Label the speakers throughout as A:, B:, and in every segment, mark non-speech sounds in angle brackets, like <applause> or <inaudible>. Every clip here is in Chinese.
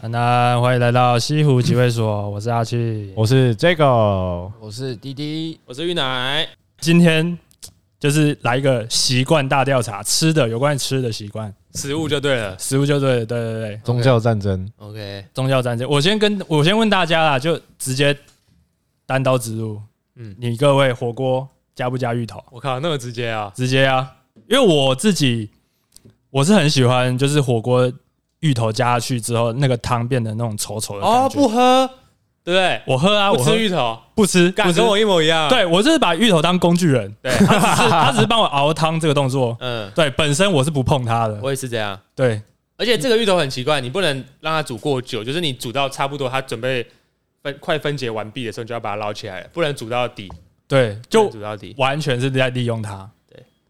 A: 安安，欢迎来到西湖集会
B: <laughs>
A: 所，我是阿气。
C: 我是这个，
D: 我是滴滴，
B: 我是玉奶，
A: 今天就是来一个习惯大调查，吃的有关于吃的习惯，
B: 食物就对了。
A: 食物就对了，对对
B: <laughs>
A: 对，
C: 宗教战争
D: OK，
A: 宗教战争。我先跟我先问大家啦，就直接单刀直入，嗯
B: 嗯，
A: 你各位火锅加不加芋头？
B: 我靠，那么直接啊！
A: 直接啊，因为我自己我是很喜欢，就是火锅芋头加下去之后，那个汤变得那种稠稠的感觉。
B: 哦，不，喝，对不对？
A: 我喝啊，
B: 不
A: 我喝
B: 吃芋头，
A: 不吃，不
B: 敢
A: 吃
B: 跟。我一模一样。，
A: <laughs> 对我就是把芋头当工具人，
B: 对
A: 他只是他只是帮我熬汤这个动作。
B: <laughs> 嗯，
A: 对，本身我是不碰它的。
B: 我也是这样。
A: 对，
B: 而且这个芋头很奇怪，你不能让它煮过久，就是你煮到差不多它准备分快分解完毕的时候，你就要把它捞起来了，不能煮到底，
A: 对，
B: 不
A: 就
B: 能煮到底，
A: 完全是在利用它。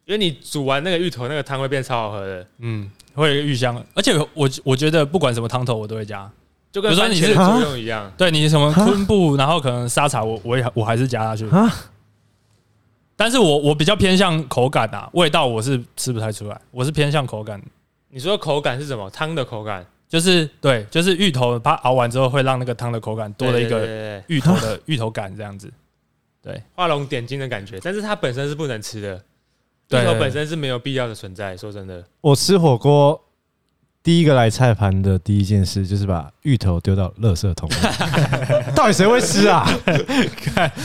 B: 因为你煮完那个芋头，那个汤会变超好喝的，
A: 嗯，会有一个芋香，而且我我觉得不管什么汤头我都会加。
B: 就跟
A: 比如说
B: 番
A: 你
B: 茄
A: 是
B: 的作用一样。
A: 对你什么昆布，然后可能沙茶，我我也我还是加下去
C: 啊。
A: 但是我我比较偏向口感啊，味道我是吃不太出来，我是偏向口感，
B: 你说口感是什么？汤的口感
A: 就是对，就是芋头它熬完之后会让那个汤的口感多了一
B: 对
A: 个
B: 对对对
A: 芋头的芋头感这样子。
B: 画龙点睛的感觉，但是它本身是不能吃的，
A: 对
B: 芋头本身是没有必要的存在。说真的，
C: 我吃火锅第一个来菜盘的第一件事就是把芋头丢到垃圾桶里。
B: <laughs>
C: 到底谁会吃啊？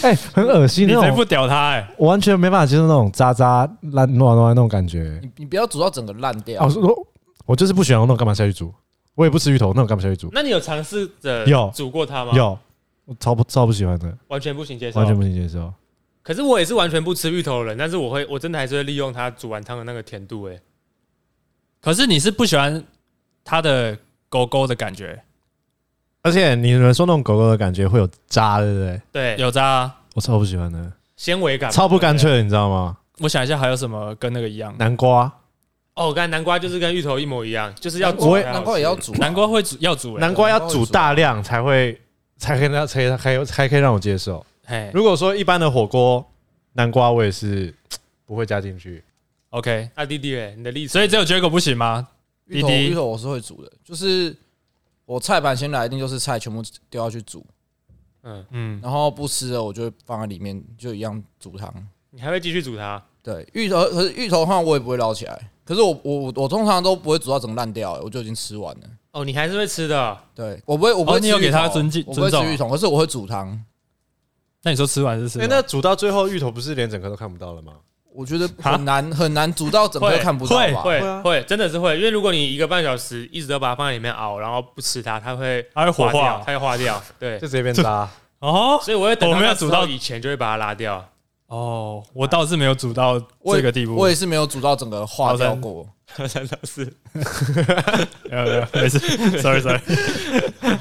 C: 哎、很恶心
A: 你
C: 那
A: 才
C: 种
A: 不，屌他哎、
C: 我完全没办法接受那种渣渣烂乱乱那种感觉。
D: 你你不要煮到整个烂掉
C: 啊、我，说我就是不喜欢那种，干嘛下去煮？我也不吃芋头，那种干嘛下去煮？
B: 那你有尝试着
C: 有
B: 煮过它吗？，
C: 有，我超不超不喜欢的，
B: 完全不行接受，
C: 完全不能接受。
B: 可是我也是完全不吃芋头的人，但是我会，我真的还是会利用它煮完汤的那个甜度、欸。哎，
A: 可是你是不喜欢它的勾勾的感觉，
C: 而且你们说那种狗狗的感觉会有渣，对不对？
B: 对，有
A: 有渣、啊。
C: 我超不喜欢的，
B: 纤维感嘛，
C: 超不干脆
B: 啊对对。
C: 的，你知道吗？
A: 我想一下还有什么跟那个一样，
C: 南瓜，
B: 哦，我刚才南瓜就是跟芋头一模一样，就是要煮
C: 我也
B: 才好吃
D: 难怪也要煮啊，
A: 南瓜会煮要煮、欸，
C: 南瓜要煮大量才会才可以让才才才可以让我接受。
A: 嘿
C: 如果说一般的火锅，南瓜我也是不会加进去。
A: ，OK。
B: 啊，弟弟嘞，你的例子，
A: 所以只有结果不行吗？
D: 芋头
A: 滴滴
D: 芋头我是会煮的，就是我菜盘先来，一定就是菜全部丢下去煮，
B: 嗯，
A: 嗯，
D: 然后不吃的我就会放在里面，就一样煮汤。
B: 你还会继续煮它？
D: 对，芋头可是芋头的话我也不会捞起来，可是我我我我通常都不会煮到整个烂掉、欸我就已经吃完了。
B: 哦，你还是会吃的，
D: 对，我不会，我不会
A: 哦
D: 吃
A: 你
D: 芋头、
A: 有给他尊敬
D: 我不会
A: 尊重啊
D: 吃芋头，可是我会煮汤。
A: 那你说吃完是吃
C: 哎、
A: 完？
C: 那煮到最后芋头不是连整颗都看不到了吗？
D: 我觉得很难很难煮到整个
B: 会
D: 看不到吧？
B: 会
C: 会啊
B: 会，真的是会，因为如果你一个半小时一直都把它放在里面熬，然后不吃它，它会
A: 它会火
B: 掉
A: 化
B: 它会化掉。 <laughs> 对
C: 就，直接变渣。
A: 哦
B: 所以我会等
A: 我
B: 它
A: 没有
B: 那时
A: 煮到
B: 候以前就会把它拉掉。
A: 哦，我倒是没有煮到
D: 我
A: 这
D: 也
A: 个地步，
D: 我也是没有煮到整个化
A: 好
D: 掉
A: 的
D: 过。
B: 真的是，
A: 没有没有呃没事 <laughs> ，sorry sorry，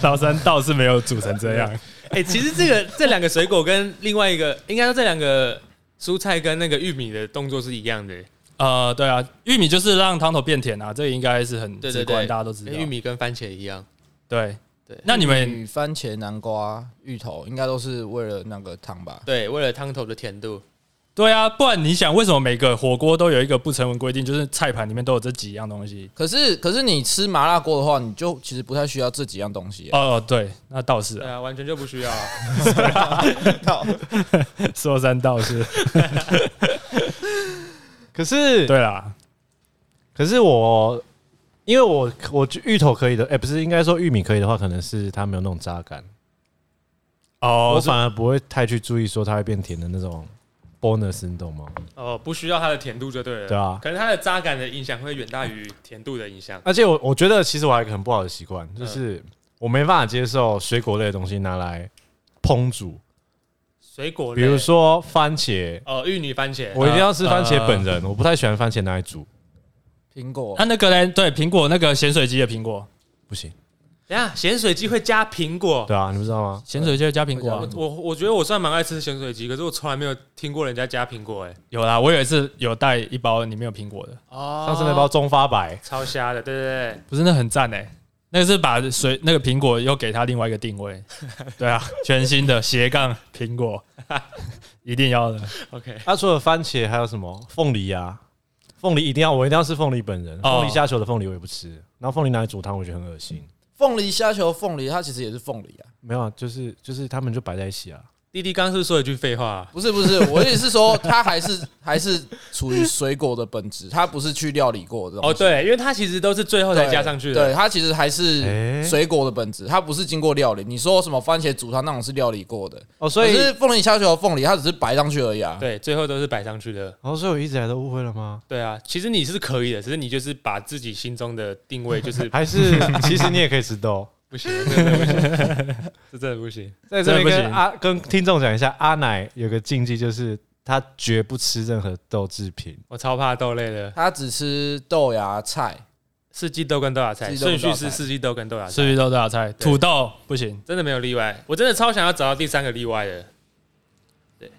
A: 老三倒是没有煮成这样，
B: 哎、其实这个这两个水果跟另外一个，应该说这两个蔬菜跟那个玉米的动作是一样的、
A: 呃，对啊，玉米就是让汤头变甜啊，这个应该是啊很
B: 对
A: 直
B: 对
A: 观，
B: 对
A: 大家都知道。
B: 玉米跟番茄一样。
A: 对
B: 对
A: 那你们
D: 与番茄、南瓜、芋头应该都是为了那个汤吧？
B: 对，为了汤头的甜度，
A: 对啊，不然你想为什么每个火锅都有一个不成文规定，就是菜盘里面都有这几样东西？
D: 可是可是你吃麻辣锅的话，你就其实不太需要这几样东西啊、
A: 哦，对，那倒是
B: 对 <laughs>
A: 啊
B: 啊，完全就不需要、啊。
A: 说三道
B: <laughs>
A: 四。
C: <laughs> 可是，
A: 对啦，
C: 可是我因为我我芋头可以的，哎、不是应该说玉米可以的话，可能是它没有那种渣感，我
A: 哦，
C: 反而不会太去注意说它会变甜的那种 bonus，你啊懂吗？
B: 哦，不需要它的甜度就对了。
C: 对啊
B: 可能它的渣感的影响会远大于甜度的影响。
C: 而且我我觉得其实我还有一个很不好的习惯，就是我没办法接受水果类的东西拿来烹煮，
B: 水果类，
C: 比如说番茄，
B: 哦，玉米番茄，
C: 我一定要吃番茄本人，我不太喜欢番茄拿来煮，
D: 苹果
B: 啊
A: 啊那那个嘞，对，苹果那个咸水鸡的苹果，
C: 不行，
B: 等一下咸水鸡会加苹果。
C: 对啊，你们知道吗？
A: 咸水鸡会加苹果、啊
D: 会加苹果，
B: 我我觉得我算蛮爱吃咸水鸡，可是我从来没有听过人家加苹果、哎，
A: 有啦，我有一次有带一包里面有苹果的，
B: 哦
D: 啊
C: 上次那包中发白，
B: 超瞎的，对对对，
A: 不是那很赞哎、那个是把水那个苹果又给它另外一个定
B: <laughs>
A: 位，对啊，全新的斜杠苹果，一定要的。
B: ，OK，
C: 它、啊除了番茄还有什么凤梨啊？凤梨一定要，我一定要吃凤梨本人，
A: 哦
C: 凤梨虾球的凤梨我也不吃，然后凤梨拿来煮汤，我觉得很恶心。
D: 凤梨虾球凤梨，它其实也是凤梨啊，
C: 没有啊，就是就是他们就摆在一起啊。
B: 弟弟刚刚是不是说了一句废话，啊
D: 不是
B: <laughs>
D: 不是，我也是说它还是 <laughs> 还是处于水果的本质，它不是去料理过的东
B: 哦，
D: 西
B: 对，因为它其实都是最后才加上去的，
D: 对，它其实还是
C: 诶
D: 水果的本质，它不是经过料理。你说什么番茄煮汤那种是料理过的，
C: 哦，所以
D: 可是凤梨虾球的凤梨，它只是摆上去而已啊。
B: 对，最后都是摆上去的。
C: 哦，所以我一直以来都误会了吗？
B: 对啊，其实你是可以的，只是你就是把自己心中的定位
D: <laughs>
B: 就是
C: 还是 <laughs> 其实你也可以吃豆？
B: 不行，真的不行，这真的不行。
C: 在这
A: 真的
C: 边
A: 不
C: 跟
A: 行
C: 阿跟听众讲一下，阿奶有个禁忌就是他绝不吃任何豆制品。
B: 我超怕豆类的，
D: 它只吃豆芽菜，
B: 四季豆跟豆芽菜
D: 四季豆
B: 顺
D: 跟豆
B: 序
D: 芽
B: 是
D: 菜
B: 四季豆跟豆芽
A: 四
B: 菜，
A: 季豆大菜，土豆不行，
B: 真的没有例外。我真的超想要找到第三个例外的。对，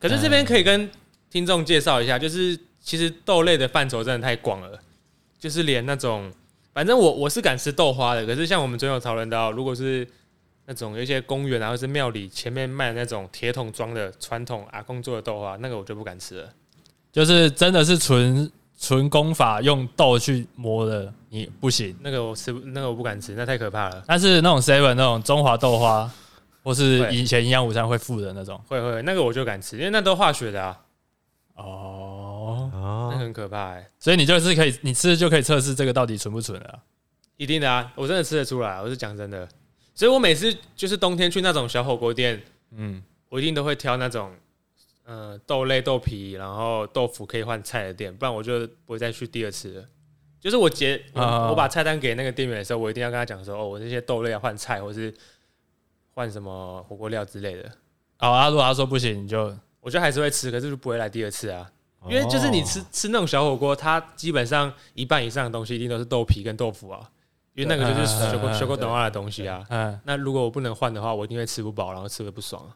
B: 可是这边可以跟听众介绍一下，就是其实豆类的范畴真的太广了，就是连那种，反正我我是敢吃豆花的，可是像我们昨天有讨论到，如果是那种有一些公园啊，或是庙里前面卖的那种铁桶装的传统阿公做的豆花，那个我就不敢吃了。
A: 就是真的是纯纯功法用豆去磨的，你不行。
B: 那个我吃不，那个我不敢吃，那太可怕了。
A: 但是那种 seven 那种中华豆花，或是
B: 对
A: 以前营养午餐会附的那种，
B: 会会，那个我就敢吃，因为那都化学的啊，
A: 哦，
B: 那
C: 哦，
B: 很可怕哎、
A: 所以你就是可以，你吃就可以测试这个到底纯不纯了啊、
B: 一定的啊，我真的吃得出来，我是讲真的。所以我每次就是冬天去那种小火锅店，
A: 嗯，
B: 我一定都会挑那种，呃，豆类、豆皮，然后豆腐可以换菜的店，不然我就不会再去第二次了。就是我结、
A: 啊
B: 我我把菜单给那个店员的时候，我一定要跟他讲说，哦，我这些豆类要换菜，或是换什么火锅料之类的。
A: 好啊，如果他说不行，你就
B: 我觉得还是会吃，可是就不会来第二次啊。因为就是你吃
C: 哦，
B: 吃那种小火锅，它基本上一半以上的东西一定都是豆皮跟豆腐啊，因为那个就是
A: 对
B: 修过
A: 嗯
B: 修过等化的东西啊。
A: 嗯，
B: 那如果我不能换的话，我一定会吃不饱，然后吃的不爽啊。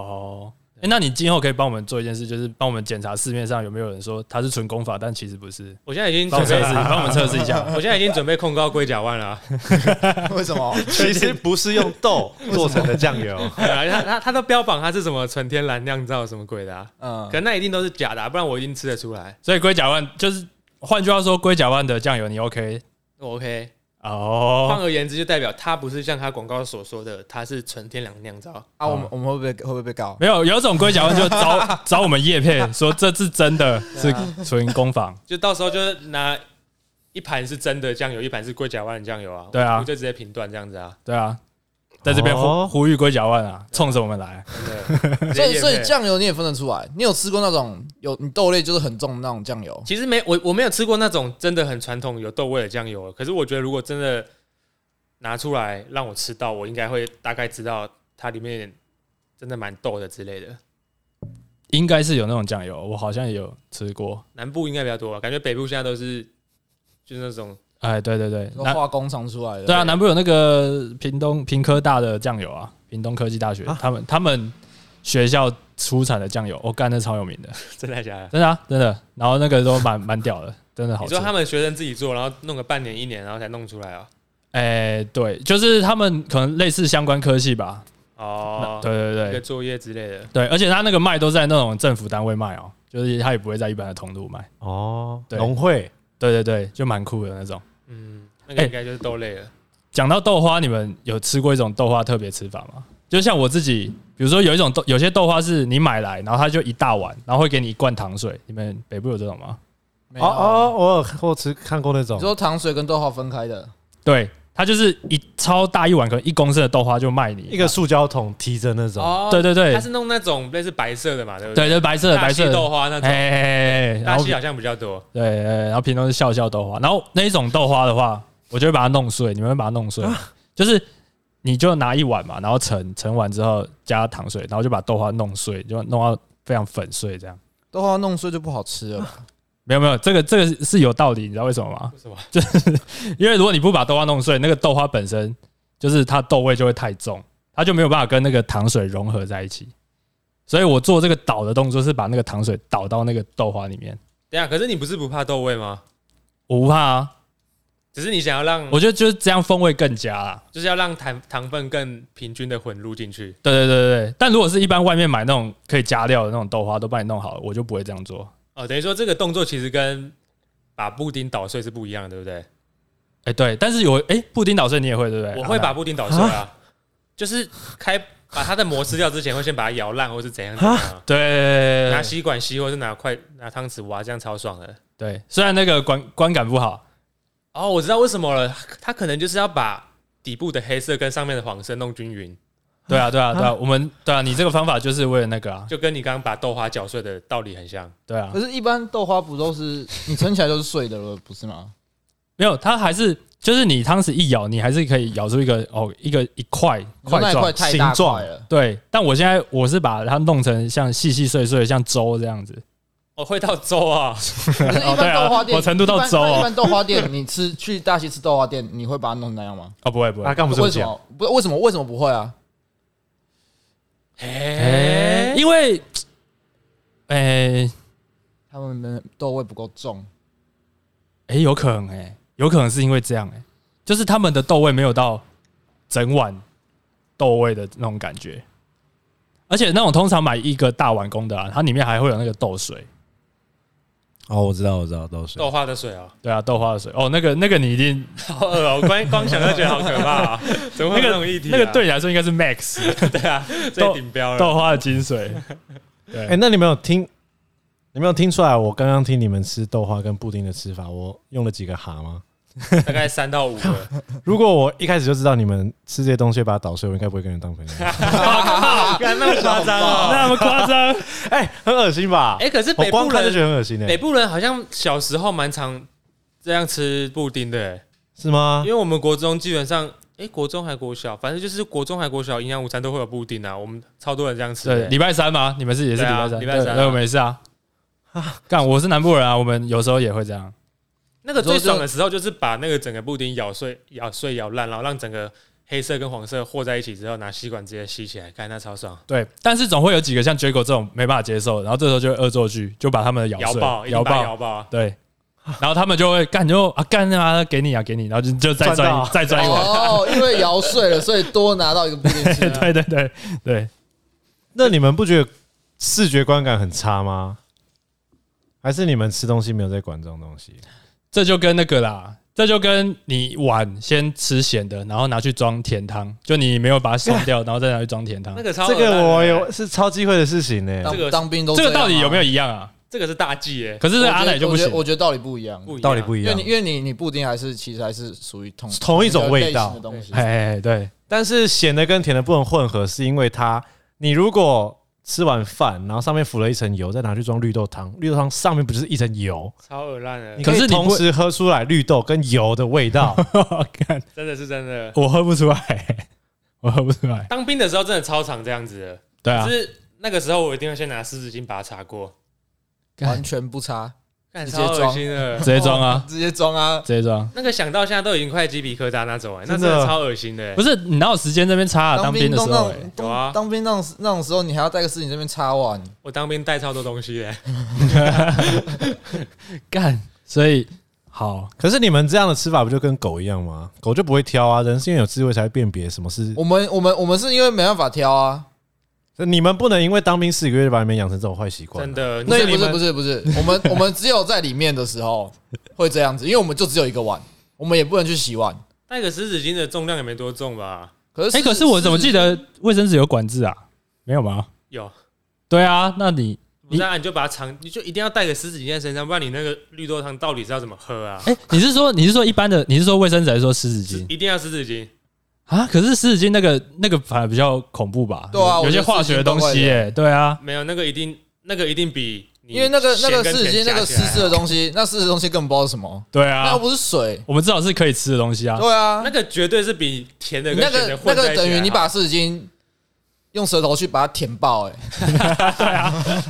A: 哦。诶那你今后可以帮我们做一件事，就是帮我们检查市面上有没有人说它是纯功法，但其实不是。
B: 我现在已经
A: 帮
B: 准
A: 我们测试，你
B: 备，
A: 帮我们测试一 <laughs> 下。
B: 我现在已经准备控告龟甲万了啊。 <laughs>
D: 为什么？
C: <laughs> 其实不是用豆做成的酱油。
B: 对啊他他他都标榜它是什么纯天然酿造什么鬼的啊，
D: 嗯
B: 可，那一定都是假的啊，不然我一定吃得出来。
A: 所以龟甲万就是，换句话说，龟甲万的酱油你哦 OK
B: 我 OK，换
A: 哦？
B: 而言之就代表它不是像它广告所说的，它是纯天然酿造。
D: 啊，我们我们会不会被会不会被告？
A: 没有，有一种龟甲万就找找我们叶配说这是真的是纯工坊，
B: 就到时候就拿一盘是真的酱油，一盘是龟甲湾的酱油啊。
A: 对啊
B: 我就直接评断这样子啊。
A: 对啊，在这边呼
C: 哦
A: 呼吁龟甲万啊，冲着我们来。
B: 真
D: <laughs>
B: 的
D: 所以所
B: 直接
D: 以
B: 业配
D: 酱油你也分得出来，你有吃过那种有你豆类就是很重的那种酱油？
B: 其实没我我没有吃过那种真的很传统有豆味的酱油，可是我觉得如果真的拿出来让我吃到，我应该会大概知道它里面真的蛮豆的之类的。
A: 应该是有那种酱油，我好像也有吃过。
B: 南部应该比较多吧，感觉北部现在都是就是那种 <laughs>
A: 哎，对对对，
D: 说
A: 南
D: 化工厂出来的，
A: 对啊，南部有那个屏东屏科大的酱油啊，屏东科技大学，
C: 啊
A: 他们他们学校出产的酱油，我、哦干那超有名的，
B: 真的假的。
A: 真的啊，真的。然后那个都蛮蛮屌的，真的好
B: 你
A: 吃
B: 说。他们学生自己做，然后弄个半年一年，然后才弄出来啊？
A: 哎、对，就是他们可能类似相关科系吧。
B: 哦，
A: 对对
B: 一个
A: 对
B: 作业之类的。
A: 对，而且他那个卖都在那种政府单位卖哦，就是他也不会在一般的通路卖。
C: <laughs> 哦，
A: 对
C: 农会
A: 对对对，就蛮酷的那种。
B: 嗯，那个应该就是豆类了。
A: 讲到豆花，你们有吃过一种豆花特别吃法吗？就像我自己，比如说有一种豆，有些豆花是你买来，然后它就一大碗，然后会给你一罐糖水。你们北部有这种吗？
D: 没
C: 哦
D: 有
C: 哦，，我有我有吃看过那种
D: 你，说糖水跟豆花分开的，
A: 对，它就是一超大一碗，可能一公升的豆花就卖你
C: 一个。塑胶桶提着那种，
B: 哦
A: 对对对
B: 它，是弄那种类似白色的嘛，对不
A: 对？对，白色的
B: 大
A: 白
B: 溪
A: 色
B: 豆
A: 的，
B: 花那
A: 哎
B: 种，
A: 哎哎，哎然
B: 大
A: 后
B: 溪
A: 对
B: 好像比较多。
A: 对，对然后平东是笑笑豆花，然后那一种豆花的话，我就会把它弄碎，你们会把它弄碎吗，
B: 啊
A: 就是你就拿一碗嘛，然后盛盛完之后加糖水，然后就把豆花弄碎，就弄到非常粉碎这样。
D: 豆花弄碎就不好吃了。
A: 没有没有，这个这个是有道理，你知道为什么吗？
B: <laughs> 为什么？
A: 因为如果你不把豆花弄碎，那个豆花本身就是它豆味就会太重，它就没有办法跟那个糖水融合在一起。所以我做这个倒的动作是把那个糖水倒到那个豆花里面。
B: 等一下，可是你不是不怕豆味吗？
A: 我不怕啊，
B: 只是你想要让，
A: 我觉得就是这样风味更啊佳啦。
B: 就是要让糖糖分更平均的混入进去。
A: 对对对对对，但如果是一般外面买那种可以加料的那种豆花，都帮你弄好了，我就不会这样做。
B: 哦，等于说这个动作其实跟把布丁捣碎是不一样的，对不对？
A: 哎，对，但是有哎，布丁捣碎你也会对不对？
B: 我会把布丁捣碎啊，就是开把它的膜撕掉之前，会先把它摇烂，或是怎样怎样啊，
A: 对
B: 拿吸管吸，或是拿筷拿汤匙挖，这样超爽的。
A: 对，虽然那个观观感不好，
B: 哦，我知道为什么了，它可能就是要把底部的黑色跟上面的黄色弄均匀，
A: 对啊，对啊，对啊，我们对啊，你这个方法就是为了那个啊，
B: 就跟你刚刚把豆花搅碎的道理很像。
A: 对啊
D: 可，是，一般豆花不都是你盛起来就是碎的了，不是吗？
A: 没有，它还是就是你汤匙一咬，你还是可以咬出一个哦，一个一块
D: 那
A: 块
D: 一块
A: 状。
D: 太大
C: 形状
D: 块了，
A: 对，但我现在我是把它弄成像细细碎碎，像粥这样子。
B: 哦，会到粥啊，
D: 可是一
A: 哦对
D: 般
A: 啊
D: 豆花店，
A: 我程度到
D: 一般
A: 粥哦
D: 那一般豆花店，你吃去大溪吃豆花店，你会把它弄成那样吗？
A: 哦，不会不
C: 阿
A: 会，
C: 刚不是有
D: 为什
C: 讲，
D: 么？不，为什么？为什么不会啊？
A: 哎，
B: 哎，
A: 因为，哎
D: 他们的豆味不够重，
A: 哎，有可能哎，有可能是因为这样哎，就是他们的豆味没有到整碗豆味的那种感觉，而且那种通常买一个大碗公的啊，它里面还会有那个豆水。
C: 哦，我知道，我知道，都是
B: 豆花的水啊，
A: 对啊，豆花的水哦，那个那个你一定
B: 好饿哦，我光光想就觉得好可怕啊，
A: <laughs>
B: 怎么会有这种议题啊？
A: 那个对你来说应该是
B: <laughs>
A: max
B: 对啊，最顶标了。
A: 豆花的精髓。对，
C: 哎，那你们有听？你们有听出来我刚刚听你们吃豆花跟布丁的吃法，我用了几个蛤吗？
B: 大概三到五
A: <laughs>
B: 个。
C: 如果我一开始就知道你们吃这些东西会把它捣碎，我应该不会跟你们当朋友。
B: 干那么夸张哦！
A: 那么夸
B: <laughs>
A: 张？
C: 哎，很恶心吧？
B: 哎、可是
C: 我
B: 北
C: 光
B: 部
C: 看就
B: 人，
C: 觉得很恶心
B: 北
C: 哎，
B: 部人好像小时候蛮常这样吃布丁的、欸，
C: 是
A: 啊
C: 吗
B: 因？为我们国中基本上，哎、国中还国小，反正就是国中还国小，营养午餐都会有布丁啊，我们超多人这样吃、
A: 对，
B: 的。
A: 礼拜三吗？你们是也是礼拜三？
B: 对啊礼拜三啊
A: 对，我们也是啊。干，我是南部人啊，我们有时候也会这样。
B: 那个最爽的时候就是把那个整个布丁咬碎、咬碎、咬烂，然后让整个黑色跟黄色和在一起之后，拿吸管直接吸起来，看那超爽，
A: 对，但是总会有几个像 j a g o 这种没办法接受的，然后这时候就会恶作剧，就把他们的
B: 咬
A: 碎
B: 爆、
A: 咬
B: 咬爆、
A: 爆，
B: 咬爆。
A: 对。然后他们就会干就啊干啊给你啊给你，然后就就再
C: 赚到
A: 赚一再赚一碗。。
D: 哦，因为摇碎了，所以多拿到一个啊布丁吃
A: <laughs> 对对对对，
C: 那你们不觉得视觉观感很差吗？还是你们吃东西没有在管这种东西？
A: 这就跟那个啦，这就跟你碗先吃咸的，然后拿去装甜汤，就你没有把它洗
D: <laughs>
A: 掉，然后再拿去装甜汤
B: 那。个超
C: 这
B: 恶烂
C: 个
B: 的
C: 我
B: 欸
C: 有是超机会的事情呢、
B: 这个
D: 当当兵都
A: 这个
D: 样啊
A: 道理有没有？一样啊？
B: 这个是大忌哎、
A: 可是
D: 我觉得
A: 阿奶就不
D: 我觉
A: 行
D: 得，我觉得嗯道理不一样，
B: 不一样
C: 道理不一
D: 因为
C: 样
D: 你。因为你你布丁还是其实还是属于同
C: 同一种味道
D: 同一个类型的东西。
A: 哎，对， <laughs>
C: 但是咸的跟甜的不能混合，是因为它，你如果吃完饭，然后上面浮了一层油，再拿去装绿豆汤，绿豆汤上面不就是一层油？
B: 超恶烂的
C: 你，
A: 可
C: 可
A: 是
C: 以
A: 你不
C: 同时喝出来绿豆跟油的味道。
A: 看
B: 真的是真的。
A: 我喝不出来，我喝不出来。
B: 当兵的时候真的超常这样子的，
A: 对啊
B: 就，是那个时候我一定要先拿湿纸巾把它擦过，
D: 完全不差，
B: 干
D: 直
B: 超
D: 接装
B: 恶心的
A: <laughs> 直。接装啊，
D: 直接装啊！
A: 直接装。
B: 那个想到现在都已经快鸡皮疙瘩那种、欸，那
C: 真
B: 真
C: 的
B: 的超恶心的、欸。
A: 不是你哪有时间这边擦啊？当兵的时
D: 都那
A: 候，
D: 种
A: 哎
B: 有啊
D: 当当兵那种那种时候，你还要带个事情这边擦碗，
B: 我当兵带超多东西的、欸，
A: 干，所以好，
C: 可是你们这样的吃法不就跟狗一样吗？狗就不会挑啊，人是因为有智慧才会辨别什么是。
D: 我们我们我们是因为没办法挑啊，
C: 你们不能因为当兵四个月就把你们养成这种坏习惯啊。
B: 真的。
D: 那
B: 那
D: 不
B: 你
D: 是
B: 们
D: 不是不是，我们我们只有在里面的时候会这样子，因为我们就只有一个碗，我们也不能去洗碗。
B: 那个湿纸巾的重量也没多重吧？
D: 可是
A: 哎，可是我怎么记得卫生纸有管制啊？没有吗？
B: 有，
A: 对啊，那你
B: 不是啊，你就把它藏，你就一定要带个湿纸巾在身上，不然你那个绿豆汤到底是要怎么喝啊？
A: 哎，你是说你是说一般的，你是说卫生纸还是说湿纸巾？
B: 一定要湿纸巾，
A: 啊，可是湿纸巾那个那个反而比较恐怖吧？
D: 对啊
A: 有有
D: 我觉
A: 些
D: 得
A: 化学的东
D: 湿纸
A: 西
D: 巾
A: 耶、对啊，
B: 没有那个一定，那个一定比你
D: 因为那个那
B: 咸
D: 个
B: 跟
D: 湿纸巾
B: 甜
D: 那个
B: 加起来
D: 湿
B: 啊
D: 湿的东西，那湿的东西根本不知道是什么，
A: 对
D: 那又
A: 啊，
D: 不是水。
A: 我们至少是可以吃的东西啊。
D: 对啊
B: 那，个绝对是比甜的
D: 你
B: 跟
D: 那
B: 咸
D: 个
B: 的
D: 那
B: 混在一起
D: 个等于
B: 还
D: 你
B: 好
D: 把湿纸巾用舌头去把它舔爆，哎，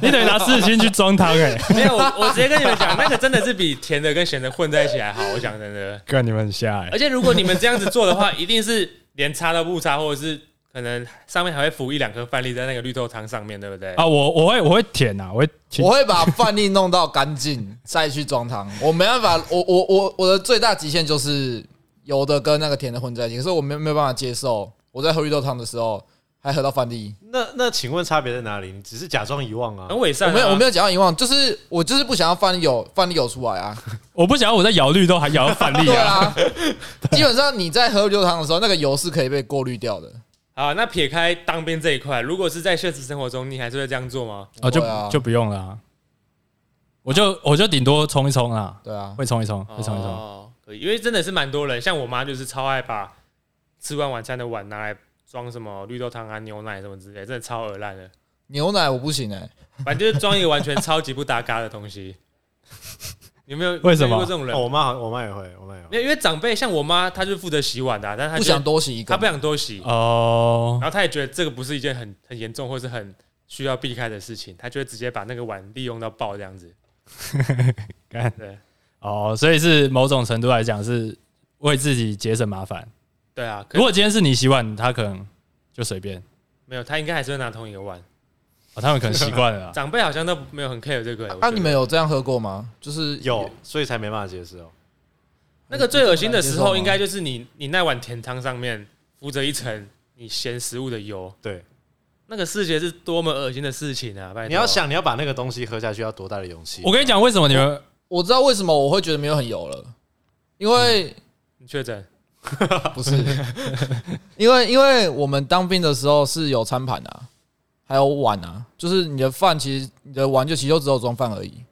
A: 你得拿湿纸巾去装汤 <laughs> 哎，
B: <laughs> 没有，我我直接跟你们讲，那个真的是比甜的跟咸的混在一起还好。我讲真的，
A: 看你们很瞎哎、
B: 而且如果你们这样子做的话，一定是连擦都不擦，或者是可能上面还会浮一两颗饭粒在那个绿豆汤上面，对不对？
D: 哦
A: 啊，我我会我会舔啊，我会去
D: 我会把饭粒弄到干净再去装汤。我没办法，我我我我的最大极限就是油的跟那个甜的混在一起，可是我没没有办法接受。我在喝绿豆汤的时候，还喝到饭粒。
C: 那那请问差别在哪里？你只是假装遗忘啊
A: 嗯
B: 很？伪善、
D: 我
B: 啊。
D: 没有，我没有讲到遗忘，就是我就是不想要饭粒有饭粒有出来啊。
A: 我不想要我在摇绿豆还摇到反例
D: 对
A: 啊，
D: 啊，基本上你在喝牛汤的时候，那个油是可以被过滤掉的。
B: 好，那撇开当兵这一块，如果是在现实生活中，你还是会这样做吗？
A: 哦
D: 对啊
A: 就就不用了啊，我就我就顶多冲一冲啊，
D: 对啊，
A: 会冲一冲，会冲一冲，
B: 哦，可以，因为真的是蛮多人，像我妈就是超爱把吃完晚餐的碗拿来装什么绿豆汤啊、牛奶什么之类，真的超恶烂的。
D: 牛奶我不行哎、
B: 反正就是装一个完全超级不搭嘎的东
A: <laughs>
B: 西。有没有
A: 为什么
B: 遇过这种人
C: 哦？我妈好我妈也会，我妈也
B: 没
C: 会。
B: 有，因为长辈像我妈，她就是负责洗碗的啊、但是她
D: 不
B: 觉得
D: 想多洗一
B: 她
D: 个
B: 不。想多洗，
A: 哦
B: 然后她也觉得这个不是一件很很严重或是很需要避开的事情，她就会直接把那个碗利用到爆这样子。
A: 干
B: 对
A: 哦，所以是某种程度来讲是为自己节省麻烦。
B: 对啊，可
A: 如果今天是你洗碗，他可能就随便，
B: 没有，她应该还是会拿同一个碗。
A: 哦，他们可能习惯了啊。
B: 长辈好像都没有很 care 这个、我觉
D: 啊，
B: 得
D: 你们有这样喝过吗？就是
C: 有，所以才没办法接受。
B: 那个最恶心的时候，应该就是你你那碗甜汤上面浮着一层你咸食物的油，
C: 对，
B: 那个视觉是多么恶心的事情啊！拜托
C: 你要，想你要把那个东西喝下去，要多大的勇气
A: <laughs> 我？跟你讲，为什么你们
D: 我知道为什么我会觉得没有很油了，因为
B: 你确诊嗯
D: 不是，因为因为我们当兵的时候是有餐盘啊，还有碗啊，就是你的饭其实你的碗就其实就只有装饭而已，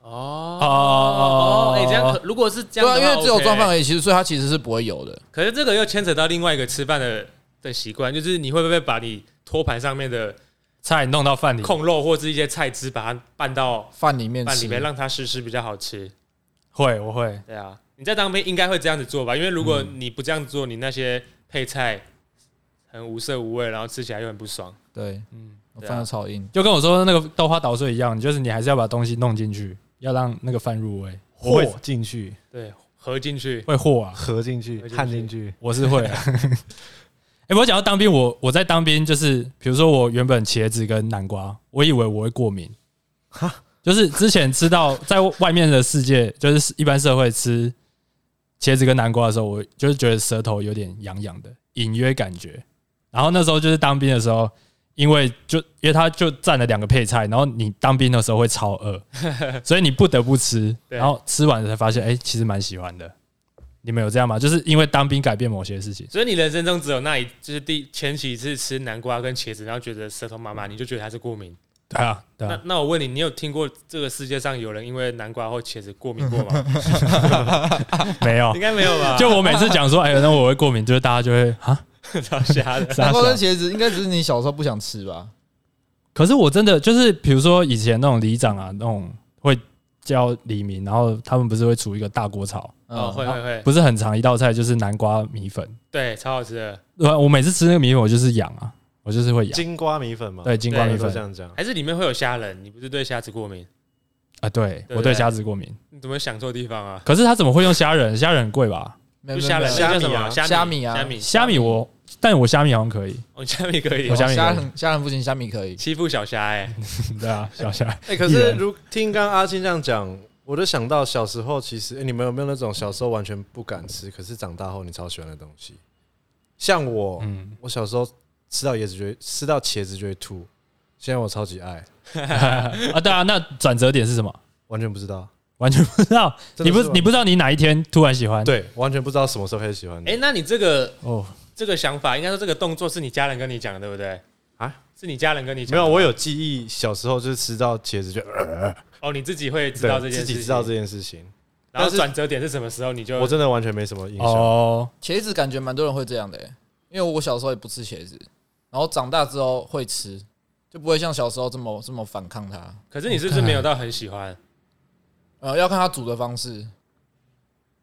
B: 哦
A: 哦
B: 哎，这样可如果是这
D: 对
B: 样
D: 啊，
B: 的话，
D: 因为只有
B: OK
D: 装饭而已，其实所以它其实是不会油的。
B: 可是这个又牵扯到另外一个吃饭的的习惯，就是你会不会把你托盘上面的
A: 菜弄到饭里？
B: 控肉或是一些菜汁，把它拌到
D: 饭里面
B: 饭
D: 吃
B: 里，面，让它湿湿比较好吃？
A: 会，我会。
B: 对啊，你在当兵应该会这样子做吧？因为如果你不这样做，你那些配菜很无色无味，然后吃起来又很不爽。
D: 对，
A: 嗯，
B: 对啊
D: 饭都超硬。
A: 就跟我说那个豆花捣碎一样，就是你还是要把东西弄进去，要让那个饭入味。
C: 我会进去，
B: 对，合进去。
A: 会和啊，
C: 合进去
B: 合进，去
C: 焊进去。
A: 我是会、啊。哎、我讲到当兵，我我在当兵就是，比如说我原本茄子跟南瓜，我以为我会过敏，就是之前吃到在外面的世界，就是一般社会吃茄子跟南瓜的时候，我就是觉得舌头有点痒痒的，隐约感觉。然后那时候就是当兵的时候，因为就因为他就蘸了两个配菜，然后你当兵的时候会超饿，所以你不得不吃，
B: 对
A: 然后吃完了才发现，哎、其实蛮喜欢的。你们有这样吗？就是因为当兵改变某些事情。
B: 所以你人生中只有那一，就是第前几次吃南瓜跟茄子，然后觉得舌头麻麻，你就觉得它是过敏。
A: 对啊，对
B: 那
A: 啊，
B: 那我问你，你有听过这个世界上有人因为南瓜或茄子过敏过吗？
A: 没有
B: <laughs> 应。该没 <laughs> 有吧？
A: 就我每次讲说，哎、那我会过敏，就是大家就会啊，
B: 超瞎的。
A: 傻
D: 南瓜跟
A: 笑。
D: 茄子应该只是你小时候不想吃吧？
A: 可是我真的就是，比如说以前那种里长啊，那种会叫李明，然后他们不是会煮一个大锅炒，
B: 哦，会
D: 嗯
B: 会会，
A: 不是很长一道菜，就是南瓜米粉。
B: 对，超好吃的。
A: 对啊，我每次吃那个米粉，我就是痒啊，我就是会痒。
C: 金瓜米粉嘛，
A: 对，金瓜米
C: 都
A: 粉
C: 这样讲。
B: 还是里面会有虾仁？你不是对虾子过敏？
A: 啊，对
B: 对
A: 我对虾子过敏。
B: 你怎么想错地方啊？
A: 可是他怎么会用虾仁？虾仁很贵吧？
D: 没有
B: 就
D: 没
B: 虾
D: 有
B: 仁，
D: 没
B: 那叫
D: 有
B: 什么？
D: 虾
B: 米
D: 米啊
B: 虾米，
A: 虾米我，但我虾米好像可以。 <laughs>
B: 哦，虾米可以
A: 我虾米
D: 虾
A: 可
D: 仁虾仁不行，虾米可以。
B: 欺负小虾哎。
A: 以，对啊，小虾。
C: <laughs> 哎，可
A: 一
C: 是
A: 人
C: 如听刚刚阿青这样讲，我就想到小时候，其实、哎，你们有没有那种小时候完全不敢吃，可是长大后你超喜欢的东西？像我，
A: 嗯，
C: 我小时候吃到椰子就会吃到茄子就会吐，现在我超级爱，
A: 啊，对啊，那转折点是什么？ <laughs> 完
C: 完全不知道。
A: 完全不知道，
C: 真
A: 你
C: 的
A: 不
C: 是
A: 你不知道你哪一天突然喜欢？
C: 对，完全不知道什么时候开始喜欢的。
B: 哎，那你这个
A: 哦，
B: 这个想法，应该说这个动作是你家人跟你讲的，对不对？
C: 啊，
B: 是你家人跟你讲
C: 没
B: 的
C: 有，我有记忆，小时候就是吃到茄子就
B: 哦，你自己会知道这
C: 对
B: 件事
C: 自
B: 情，
C: 己知道这件事情，
B: 然后
C: 但是
B: 转折点是什么时候？你就
C: 我真的完全没什么印象。
A: 哦，
D: 茄子感觉蛮多人会这样的欸、因为我小时候也不吃茄子，然后长大之后会吃，就不会像小时候这么这么反抗它。
B: 可是你是不是没有到很喜欢？
D: 呃，要看它煮的方式，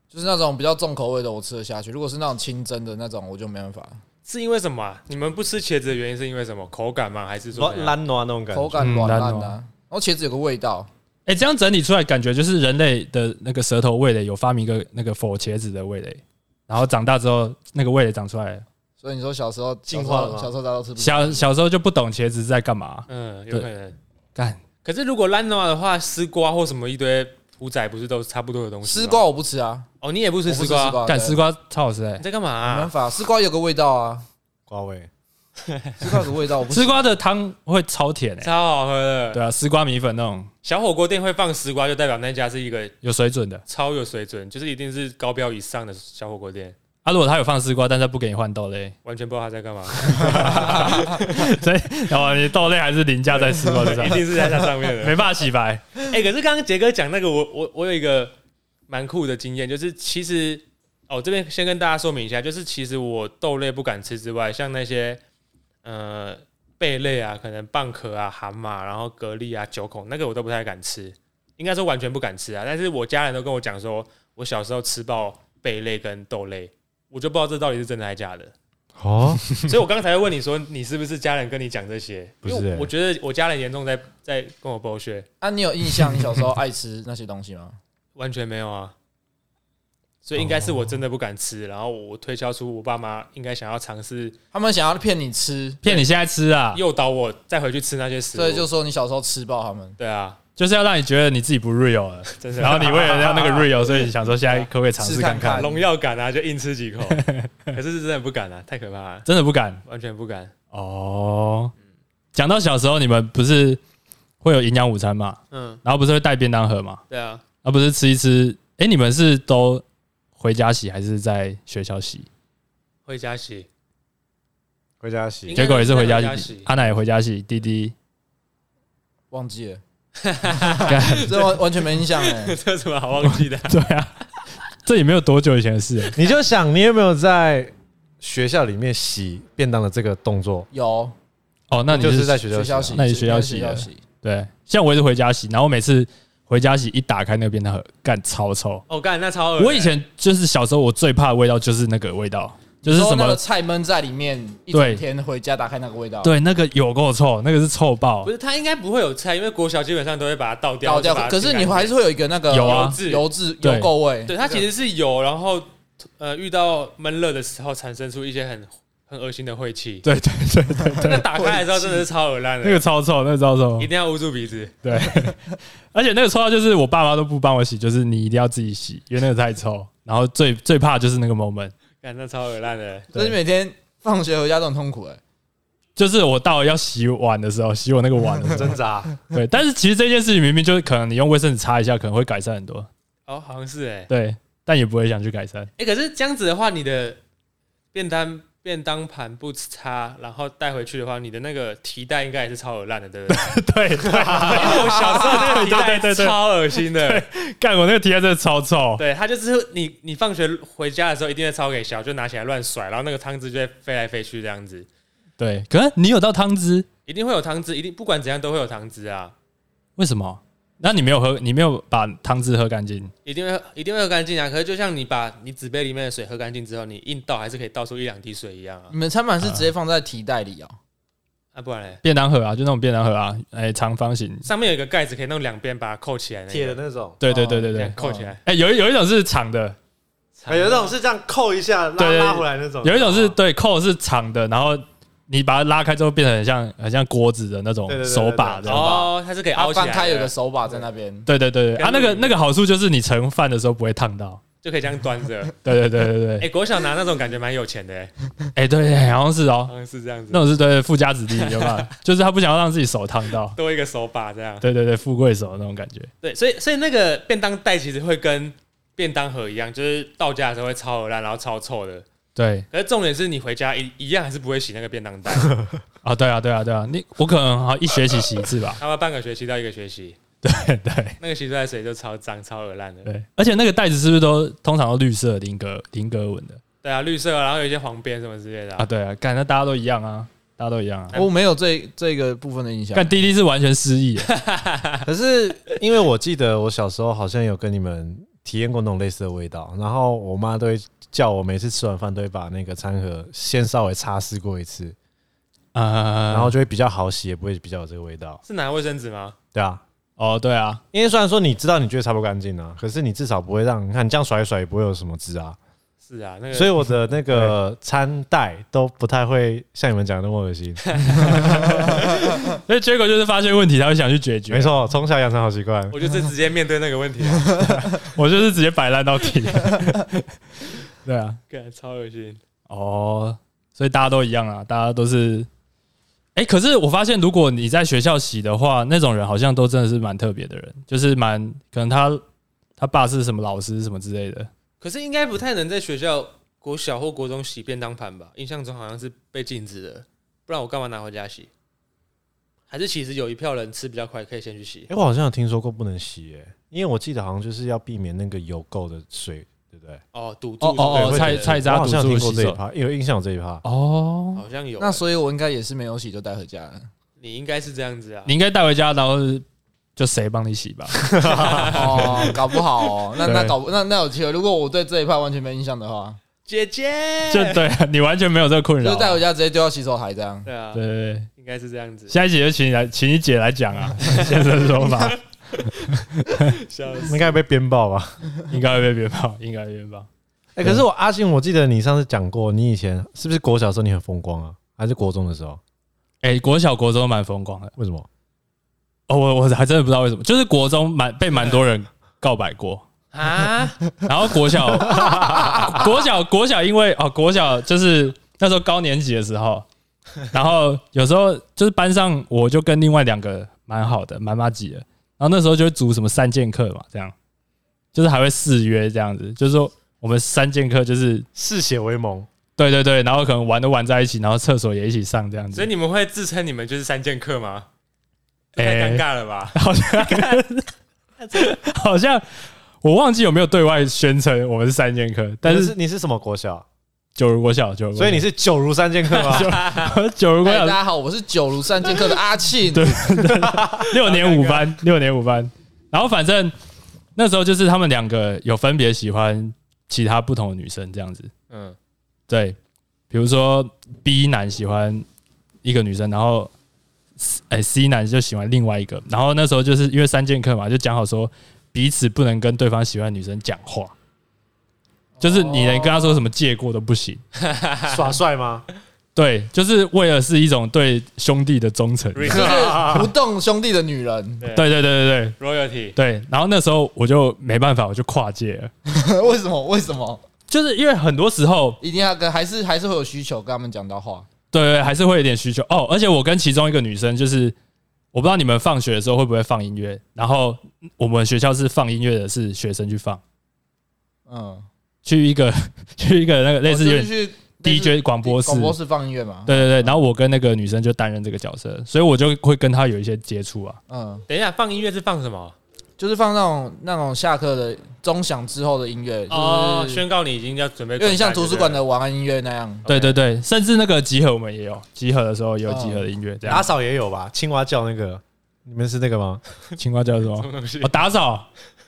D: 就是那种比较重口味的我吃得下去，如果是那种清蒸的那种，我就没办法，
B: 是因为什么啊？你们不吃茄子的原因是因为什么？口感吗？还是说
C: 软
B: 怎样
C: 烂暖那种感
D: 口
C: 觉，
D: 感
A: 嗯
D: 软
A: 烂
D: 烂
A: 哦
D: 的啊。然后茄子有个味道，
A: 哎，这样整理出来，感觉就是人类的那个舌头味蕾有发明一个那个否茄子的味蕾，然后长大之后那个味蕾长出来了。
D: 所以你说小时候
C: 进化了吗
D: 小时候小时候大家都吃不起
A: 小小时候就不懂茄子在干嘛，
B: 嗯，有
A: 对
B: 可能。
A: 干
B: 可是如果烂的话的话，丝瓜或什么一堆屠仔不是都是差不多的东西吗？
D: 丝瓜我不吃啊，
B: 哦，你也不
D: 我
B: 吃
D: 不吃
B: 丝
D: 丝
B: 瓜？
D: 瓜，
A: 干
D: 对
A: 丝瓜超好吃哎
C: 嗯
B: 你，在干嘛
D: 没办
B: 啊？
D: 法，丝瓜有个味道啊， <laughs>
C: 瓜味。
D: 丝瓜的味道我不
A: 欸丝瓜的汤会超甜诶、欸
B: 超好喝的。
A: 对啊，丝瓜米粉那种
B: 小火锅店会放丝瓜，就代表那家是一个
A: 有水准的
B: 超有水准，就是一定是高标以上的小火锅店。
A: 啊。如果他有放丝瓜，但是他不给你换豆类，
B: 完全不知道他在
C: <laughs>
B: 干嘛，
A: 所以然后你豆类还是凌驾在丝瓜之上
B: 一，定是在他上面的。
A: 没办法洗白。
B: 哎、可是刚刚杰哥讲那个，我我我有一个蛮酷的经验，就是其实哦，这边先跟大家说明一下，就是其实我豆类不敢吃之外，像那些呃贝类啊，可能蚌壳啊、蛤蟆，然后蛤蜊啊、九孔那个我都不太敢吃，应该说完全不敢吃啊。但是我家人都跟我讲说，我小时候吃爆贝类跟豆类，我就不知道这到底是真的还是假
C: <laughs>
B: 的。
C: 哦，
B: 所以我刚才问你说，你是不是家人跟你讲这些？
C: 不是
B: 因为
C: 欸
B: 我我觉得我家人严重在在跟我剥削，
D: 啊，你有印象你小时候爱吃那些东西吗？
B: 完全没有啊。所以应该是我真的不敢吃，然后我推敲出我爸妈应该想要尝试
D: 他们想要骗你吃，
A: 骗你现在吃啊，
B: 诱导我再回去吃那些食物。
D: 所以就说你小时候吃爆他们。
B: 对啊，
A: 就是要让你觉得你自己不 real 了，
B: 真的。
A: 然后你为了要那个 real，所以你想说现在可不可以尝
D: 试
A: 试
D: 看
A: 看看？
D: 看
B: 荣耀感啊，就硬吃 <laughs> 几口，可是是真的不敢啊，太可怕了，
A: 真的不敢
B: 完全不敢。
A: 哦。讲到小时候，你们不是会有营养午餐嘛？
B: 嗯，
A: 然后不是会带便当盒嘛？
B: 对啊，
A: 而、不是吃一吃？哎、你们是都回家洗还是在学校洗？
B: 回家洗， <laughs>
C: 回家
B: 应
C: 洗
B: 该
A: 结果也是回
B: 在
A: 家
B: 回家
A: 洗
B: 洗。
A: 阿奶也回家洗，弟弟
D: 忘记了，
A: <laughs> 干
D: <laughs> 这完完全没印象哎。
B: 这有什么好忘 <laughs> 记的？
A: 对啊，这也没有多久以前的事、欸。
C: <laughs> 你就想你有没有在学校里面洗便当的这个动作？
D: 有
A: 哦，那你
C: 就是是在学
D: 学
C: 校
D: 校洗
C: 洗
D: 的，
C: 啊，
A: 那你学校洗
D: 学
A: 的
D: 校洗，
A: 对，像我也是回家洗，然后每次回家洗一打开那个便当盒，干超臭。
B: 我哦干，那超恶
A: 我以前就是小时候我最怕的味道就是那个味道，就是
D: 说
A: 什
D: 那个
A: 么
D: 菜闷在里面一
A: 对
D: 整天，回家打开那个味道，，
A: 对那个有够臭，那个是臭爆
B: 不。是他应该不会有菜，因为国小基本上都会把它倒掉，
D: 倒掉
B: 就把。它
D: 可
B: 清
D: 是你
B: 干净
D: 还是会有一个那个
A: 有啊
B: 油渍
D: 油脂
A: 对
D: 油垢味。
B: 对，它其实是有，然后呃，遇到闷热的时候，产生出一些很很恶心的晦气。
A: <laughs> 对对对对对，
B: 那打开来之后，真的是超恶烂的，
A: 那个超臭，那个超臭
B: 一。定要捂住鼻子。
A: 对，而且那个臭到就是我爸妈都不帮我洗，就是你一定要自己洗，因为那个太臭。然后最最怕就是那个 moment，
B: 看那超恶烂的，
D: 所以每天放学回家都很痛苦哎。
A: 就是我到了要洗碗的时候，洗我那个碗的时
C: <laughs>
A: 候，<laughs>
C: 挣扎，啊
A: 对。但是其实这件事情明明就是可能你用卫生纸擦一下，可能会改善很多，
B: 哦，好像是哎、欸、
A: 对，但也不会想去改善。 <laughs>
B: 哎、可是这样子的话，你的便当便当盘不擦，然后带回去的话，你的那个提袋应该也是超恶烂的，
A: <laughs>
B: 对不对？
A: 对啊对，
B: 因为我小时候那个提
A: 对对
B: 袋
A: 对对
B: 超恶心的，
A: 干我那个提袋真的超臭，
B: 对，它就是你你放学回家的时候一定会超给小，就拿起来乱甩，然后那个汤汁就会飞来飞去这样子。
A: 对。可是你有到汤汁，
B: 一定会有汤汁，一定不管怎样都会有汤汁啊，
A: 为什么？那你没有喝，你没有把汤汁喝干净，
B: 一定会一定会喝干净啊。可是就像你把你纸杯里面的水喝干净之后，你硬倒还是可以倒出一两滴水一样啊
D: 你。们餐盘
A: 呃
D: 是直接放在提袋里哦，
B: 啊，不然嘞，
A: 便当盒啊，就那种便当盒啊，哎、长方形。
B: 上面有一个盖子，可以弄两边把它扣起来、那个
C: 铁的那种，
A: 对对对对
B: 这
A: 对，
B: 样扣起来。
A: 哎、有一有一种是长的，
C: 哎有那种是这样扣一下拉
A: 啊对对
C: 拉回来那种，
A: 有一种是对扣是长的，然后你把它拉开之后变成很像很像锅子的那种
C: 对对对
A: 手把这样。
B: 哦，它是可以凹
D: 它
B: 起来
D: 啊翻
B: 的，
D: 开有个手把在那边，
A: 对对对对，啊，那个那个好处就是你盛饭的时候不会烫到。
B: 就可以这样端着。
D: <laughs>
A: 对对对对对
B: 哎、，国小拿那种感觉蛮有钱的、欸，
A: 哎、对对，好像是
C: 嗯
A: 哦，
B: 好像是这样子
A: 那，种是对富家子弟，有没
C: <laughs>
A: 有？就是他不想要让自己手烫到。
B: 多一个手把这样。
A: 对对对，富贵手那种感觉。
B: 对，所以所以那个便当袋其实会跟便当盒一样，就是到家的时候会超恶烂，然后超臭的。
A: 对
B: 可是重点是你回家一一样还是不会洗那个便当
D: <laughs>
B: 袋，
A: 啊，对啊，对啊，对啊，你我可能好一学期洗一次吧。 <laughs>
B: 他们半个学期到一个学期，
A: 对对
B: 那个洗出来的水就超脏、超恶烂的。
A: 对，而且那个袋子是不是都通常都绿色的菱格菱格纹的
B: 对啊，绿色啊，然后有一些黄边什么之类的啊、
A: 啊？对啊，干那大家都一样啊，大家都一样啊。
B: 嗯
D: 我没有这这个部分的印象。
A: 干滴滴是完全失忆的，
C: <laughs> 可是因为我记得我小时候好像有跟你们体验过那种类似的味道，然后我妈都会叫我每次吃完饭都会把那个餐盒先稍微擦拭过一次，
D: 呃
A: 啊，
C: 然后就会比较好洗，也不会比较有这个味道，
B: 是拿卫生纸吗？
C: 对啊。
A: 哦，对啊，
C: 因为虽然说你知道你觉得擦不干净啊，可是你至少不会让你看你这样甩一甩也不会有什么汁啊，
B: 是啊，那个
C: 所以我的那个餐袋都不太会像你们讲的那么恶心。
A: 所以结果就是发现问题，他会想去解决。
C: 没，错，从小养成好习惯。
B: 我就是直接面对那个问题啊，
A: <laughs>
B: <laughs>
A: 我就是 <laughs> 直接摆烂到底。对啊，
B: 干超恶心。
A: 哦，所以大家都一样啊，大家都是。哎、可是我发现，如果你在学校洗的话，那种人好像都真的是蛮特别的人，就是蛮可能他他爸是什么老师什么之类的，
B: 可是应该不太能在学校国小或国中洗便当盘吧？印象中好像是被禁止的，不然我干嘛拿回家洗？还是其实有一票人吃比较快，可以先去洗
C: 哎、。我好像有听说过不能洗、耶，因为我记得好像就是要避免那个油垢的水，对不对？
B: 哦，堵住
A: 哦哦
B: 对
A: 哦，
B: 会
A: 菜
B: 觉得
A: 菜
C: 我
A: 渣
C: 好
A: 堵
C: 像有
A: 住
C: 听过
A: 洗
C: 这一
A: 手
C: 趴，有印象有这一趴。
A: 哦，
B: 好像有。啊
D: 那所以我应该也是没有洗就带回家了。
B: 你应该是这样子啊，
A: 你应该带回家，然后就谁帮你洗
D: <laughs>
A: 吧？
D: 哦，搞不好哦，那
C: 对
D: 那搞不那那有机会。如果我对这一派完全没印象的话，
B: 姐姐
A: 就对啊你完全没有这个困扰
D: 就是
A: 啊，
D: 带回
A: 对
D: 家直接丢到洗手台这样。
B: 对啊，
A: 对对，
B: 应该是这样子。
A: 下一集就请你来，请你姐来讲啊，现身说法，
B: 笑
C: 应该被编爆吧？
A: 应该会被鞭炮，应该会被鞭炮。
C: <laughs> 哎、可是我阿信，我记得你上次讲过，你以前是不是国小的时候你很风光啊？还是国中的时候？
A: 哎、国小国中都蛮风光的
C: 为什么？
A: 哦，我我还真的不知道为什么，就是国中蛮被蛮多人告白过，
B: 啊！
A: 然后国小 <laughs> 国小国小因为哦国小就是那时候高年级的时候，然后有时候就是班上我就跟另外两个蛮好的蛮妈级的，然后那时候就会组什么三剑客嘛，这样就是还会誓约这样子，就是说我们三剑客就是
C: 嗜血为盟，
A: 对对对，然后可能玩都玩在一起，然后厕所也一起上这样子，
B: 所以你们会自称你们就是三剑客吗？太
A: 哎
B: 尴尬了吧！ <laughs>
A: <laughs> 好像好像我忘记有没有对外宣称我们是三剑客，但
C: 但
A: 是
C: 是你是什么国小？
A: 九如国小九如国小，
C: 所以你是 <laughs> 九如三剑客吗？
A: <laughs> 九如国
D: 嗨
A: 小
D: 大家好，我是九如三剑客的阿庆。
A: <laughs> 对六年五班，六年五班。然后反正那时候就是他们两个有分别喜欢其他不同的女生这样子。
B: 嗯，
A: 对，比如说 B 男喜欢一个女生，然后 C- 哎 C 男就喜欢另外一个。然后那时候就是因为三剑客嘛，就讲好说彼此不能跟对方喜欢的女生讲话，就是你能跟他说什么借过都不行。
C: 耍帅吗？
A: 对，就是为了是一种对兄弟的忠诚。
B: Re-
A: 啊
D: 就是不动兄弟的女人， <laughs>
B: 对
A: 对对对对对，
B: royalty
A: 对，然后那时候我就没办法，我就跨界了，
D: 为什么？为什么
A: 就是因为很多时候，
D: 一定要跟？还是还是会有需求跟他们讲到话？
A: 对对，还是会有点需求哦。而且我跟其中一个女生，就是我不知道你们放学的时候会不会放音乐，然后我们学校是放音乐的，是学生去放，
D: 嗯，
A: 去一个 <laughs> 去一个那个类似有
D: 哦就
A: 点
D: 是去
A: DJ 广播室
D: 广，播室放音乐嘛？，
A: 对对对。然后我跟那个女生就担任这个角色，所以我就会跟她有一些接触啊。
D: 嗯，
B: 等一下，放音乐是放什么？
D: 就是放那种那种下课的钟响之后的音乐，
B: 哦，
D: 就是
B: 宣告你已经要准备滚
D: 有点像
B: 蛋就
D: 图书馆
B: 对
D: 的
B: 了
D: 晚安音乐那样。
A: 对对对，甚至那个集合我们也有，集合的时候也有集合的音乐，这
C: 打
A: 样。
C: 扫也有吧？青蛙叫那个，你们是那个吗？
A: 青蛙叫什么
B: 什？么东西
A: 哦，？打扫，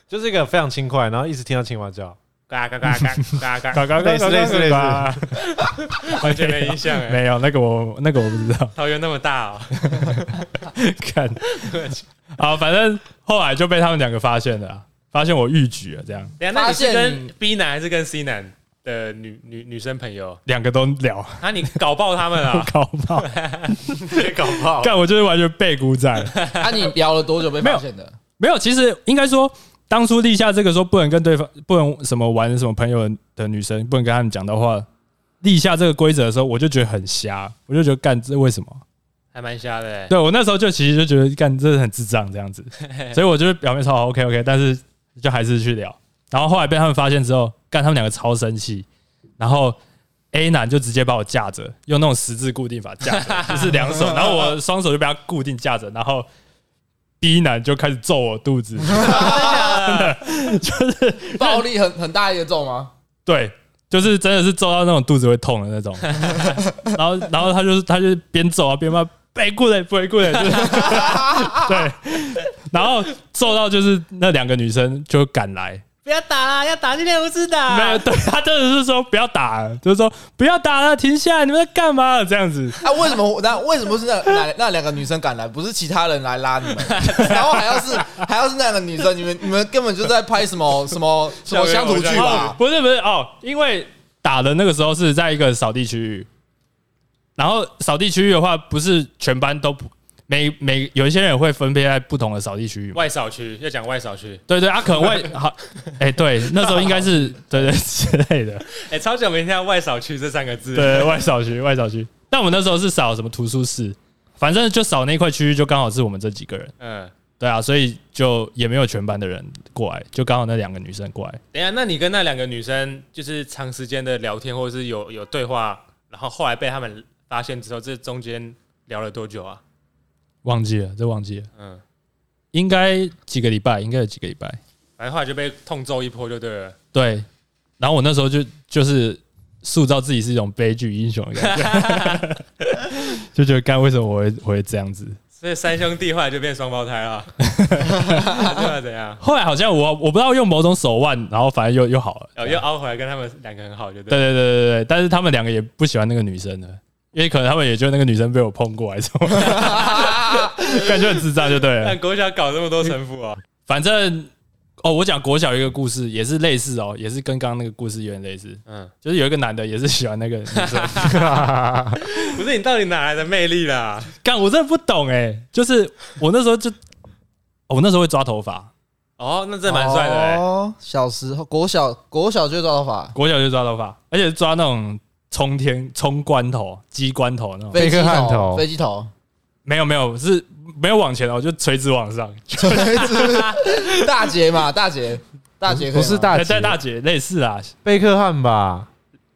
C: 就是一个非常轻快，然后一直听到青蛙叫。
B: 嘎嘎嘎嘎
A: <laughs>
B: 嘎嘎，
A: 嘎嘎嘎
C: 类似
A: 嘎
C: 类似类似
A: 嘎嘎， <laughs>
B: 完全没印象哎。
A: 没有那个我那个我不知道。 <laughs>
B: 桃园那么大哦，
A: 看，啊，反正后来就被他们两个发现了啊、发现我逾矩了，这样
B: 等一下那你是
D: 发现
B: 跟 B 男还是跟 C 男的女女女生朋友？
A: 两个都聊，
B: 啊，你搞爆他们
A: 我！
B: 啊
A: <laughs> 搞爆，
C: 别搞爆！
A: <laughs> 干我就是完全被鼓掌。
D: 啊，你聊了多久被
A: 没有
D: 发现的？ <laughs>
A: 没有，其实应该说，当初立下这个说不能跟对方不能什么玩什么朋友的女生，不能跟他们讲的话，立下这个规则的时候，我就觉得很瞎，我就觉得干这为什么？
B: 还蛮瞎的欸。
A: 对我那时候就其实就觉得干这很智障这样子，所以我就是表面说 OK OK，但是就还是去聊。然后后来被他们发现之后，干他们两个超生气，然后 A 男就直接把我架着，用那种十字固定法架着，就是两手，然后我双手就被他固定架着，然后 B 男就开始揍我肚子，
D: 暴力很很大一个咒吗？
A: 对，就是真的是揍到那种肚子会痛的那
B: <laughs>
A: 种。然后，然后他就是他就是边揍啊边骂背过来背过来，就是 <laughs> 对。然后揍到就是那两个女生就赶来，
B: 不要打啦，要打就练无知
A: 没有
B: 打。
A: 对他真的是说不要打了，就是说不要打了，停下来，你们在干嘛这样子？
D: <laughs> 啊，为什么那为什么是那那那两个女生敢来，不是其他人来拉你
A: <laughs>
D: 们？然后还要是还要是那个女生，你们你们根本就在拍什么什么什么乡土剧吧？
A: <laughs> 不是不是哦，因为打的那个时候是在一个扫地区域，然后扫地区域的话，不是全班都不每每有一些人也会分配在不同的扫地区域嘛。
B: 外扫区要讲外扫区，
A: 对对，啊，可能 <laughs> 外好，哎、对，那时候应该 <laughs> 是对对之类的，
B: 哎、超久没听到外扫区这三个字。
A: 对外扫区外扫区。但我们那时候是扫什么图书室，反正就扫那块区域，就刚好是我们这几个人。
B: 嗯，
A: 对啊，所以就也没有全班的人过来，就刚好那两个女生过来。
B: 等一下，那你跟那两个女生就是长时间的聊天，或者是有有对话，然后后来被他们发现之后，这中间聊了多久啊？
A: 忘记了，这忘记了，
B: 嗯，
A: 应该几个礼拜，应该有几个礼拜。
B: 反正后来就被痛揍一波就对了。
A: 对，然后我那时候就就是塑造自己是一种悲剧英雄的感觉， <laughs> 就觉得干为什么我会我会这样子？
B: 所以三兄弟后来就变双胞胎 <laughs> 了，还是要怎样？哦
A: 后来好像我我不知道用某种手腕，然后反正又又好了。
B: 哦，又凹回来跟他们两个很好，就对
A: 对对
B: 了。
A: 对对对，但是他们两个也不喜欢那个女生的，因为可能他们也觉得那个女生被我碰过还是什 <laughs> 么，感觉很智障就对了 <laughs>
B: 但。国小搞这么多神父啊，
A: 反正哦，我讲国小有一个故事也是类似哦，也是跟刚刚那个故事有点类似，
B: 嗯，
A: 就是有一个男的也是喜欢那个女生，
B: 不是你到底哪来的魅力啦？
A: 干我真的不懂哎、就是我那时候就。哦我那时候会抓头发，
B: 哦，那这蛮帅的哎、
A: 欸
D: 哦，小时候国小国小就抓头发，
A: 国小就抓头发，而且是抓那种冲天冲关头、鸡关头那种。
D: 飞机
C: 贝克汉头
D: 飞机头，
A: 没有没有，是没有往前哦，就垂直往上，
D: 大姐嘛，大姐，大姐可
C: 不
D: 以
C: 是
D: 吗
C: 哎大
A: 在
C: 姐，
A: 大姐类似啊啦，
C: 贝克汉吧？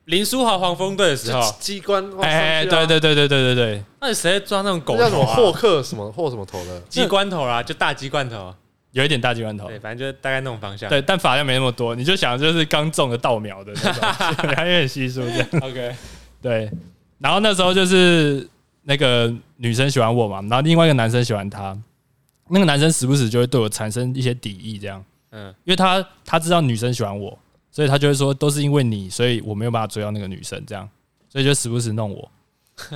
B: 林书豪黄蜂队的时候，
E: 机关，
C: 哦啊
A: 哎，对，对对对对对对，
B: 那你谁抓那种狗
E: 那叫什
B: 头
E: 么
B: 啊？
E: 霍克什么霍什么头的？
B: 鸡罐头啦，就大鸡罐头。
A: 有一点大鸡罐头，
B: 对，反正就是大概那种方向。
A: 对，但法量没那么多，你就想就是刚中的稻苗的那
C: <laughs>
A: 种，还有点稀疏这样。
B: ，OK，
A: 对，然后那时候就是那个女生喜欢我嘛，然后另外一个男生喜欢她，那个男生时不时就会对我产生一些敌意，这样，
B: 嗯，
A: 因为他他知道女生喜欢我，所以他就会说都是因为你，所以我没有办法追到那个女生，这样，所以就时不时弄
B: <laughs>
A: 我。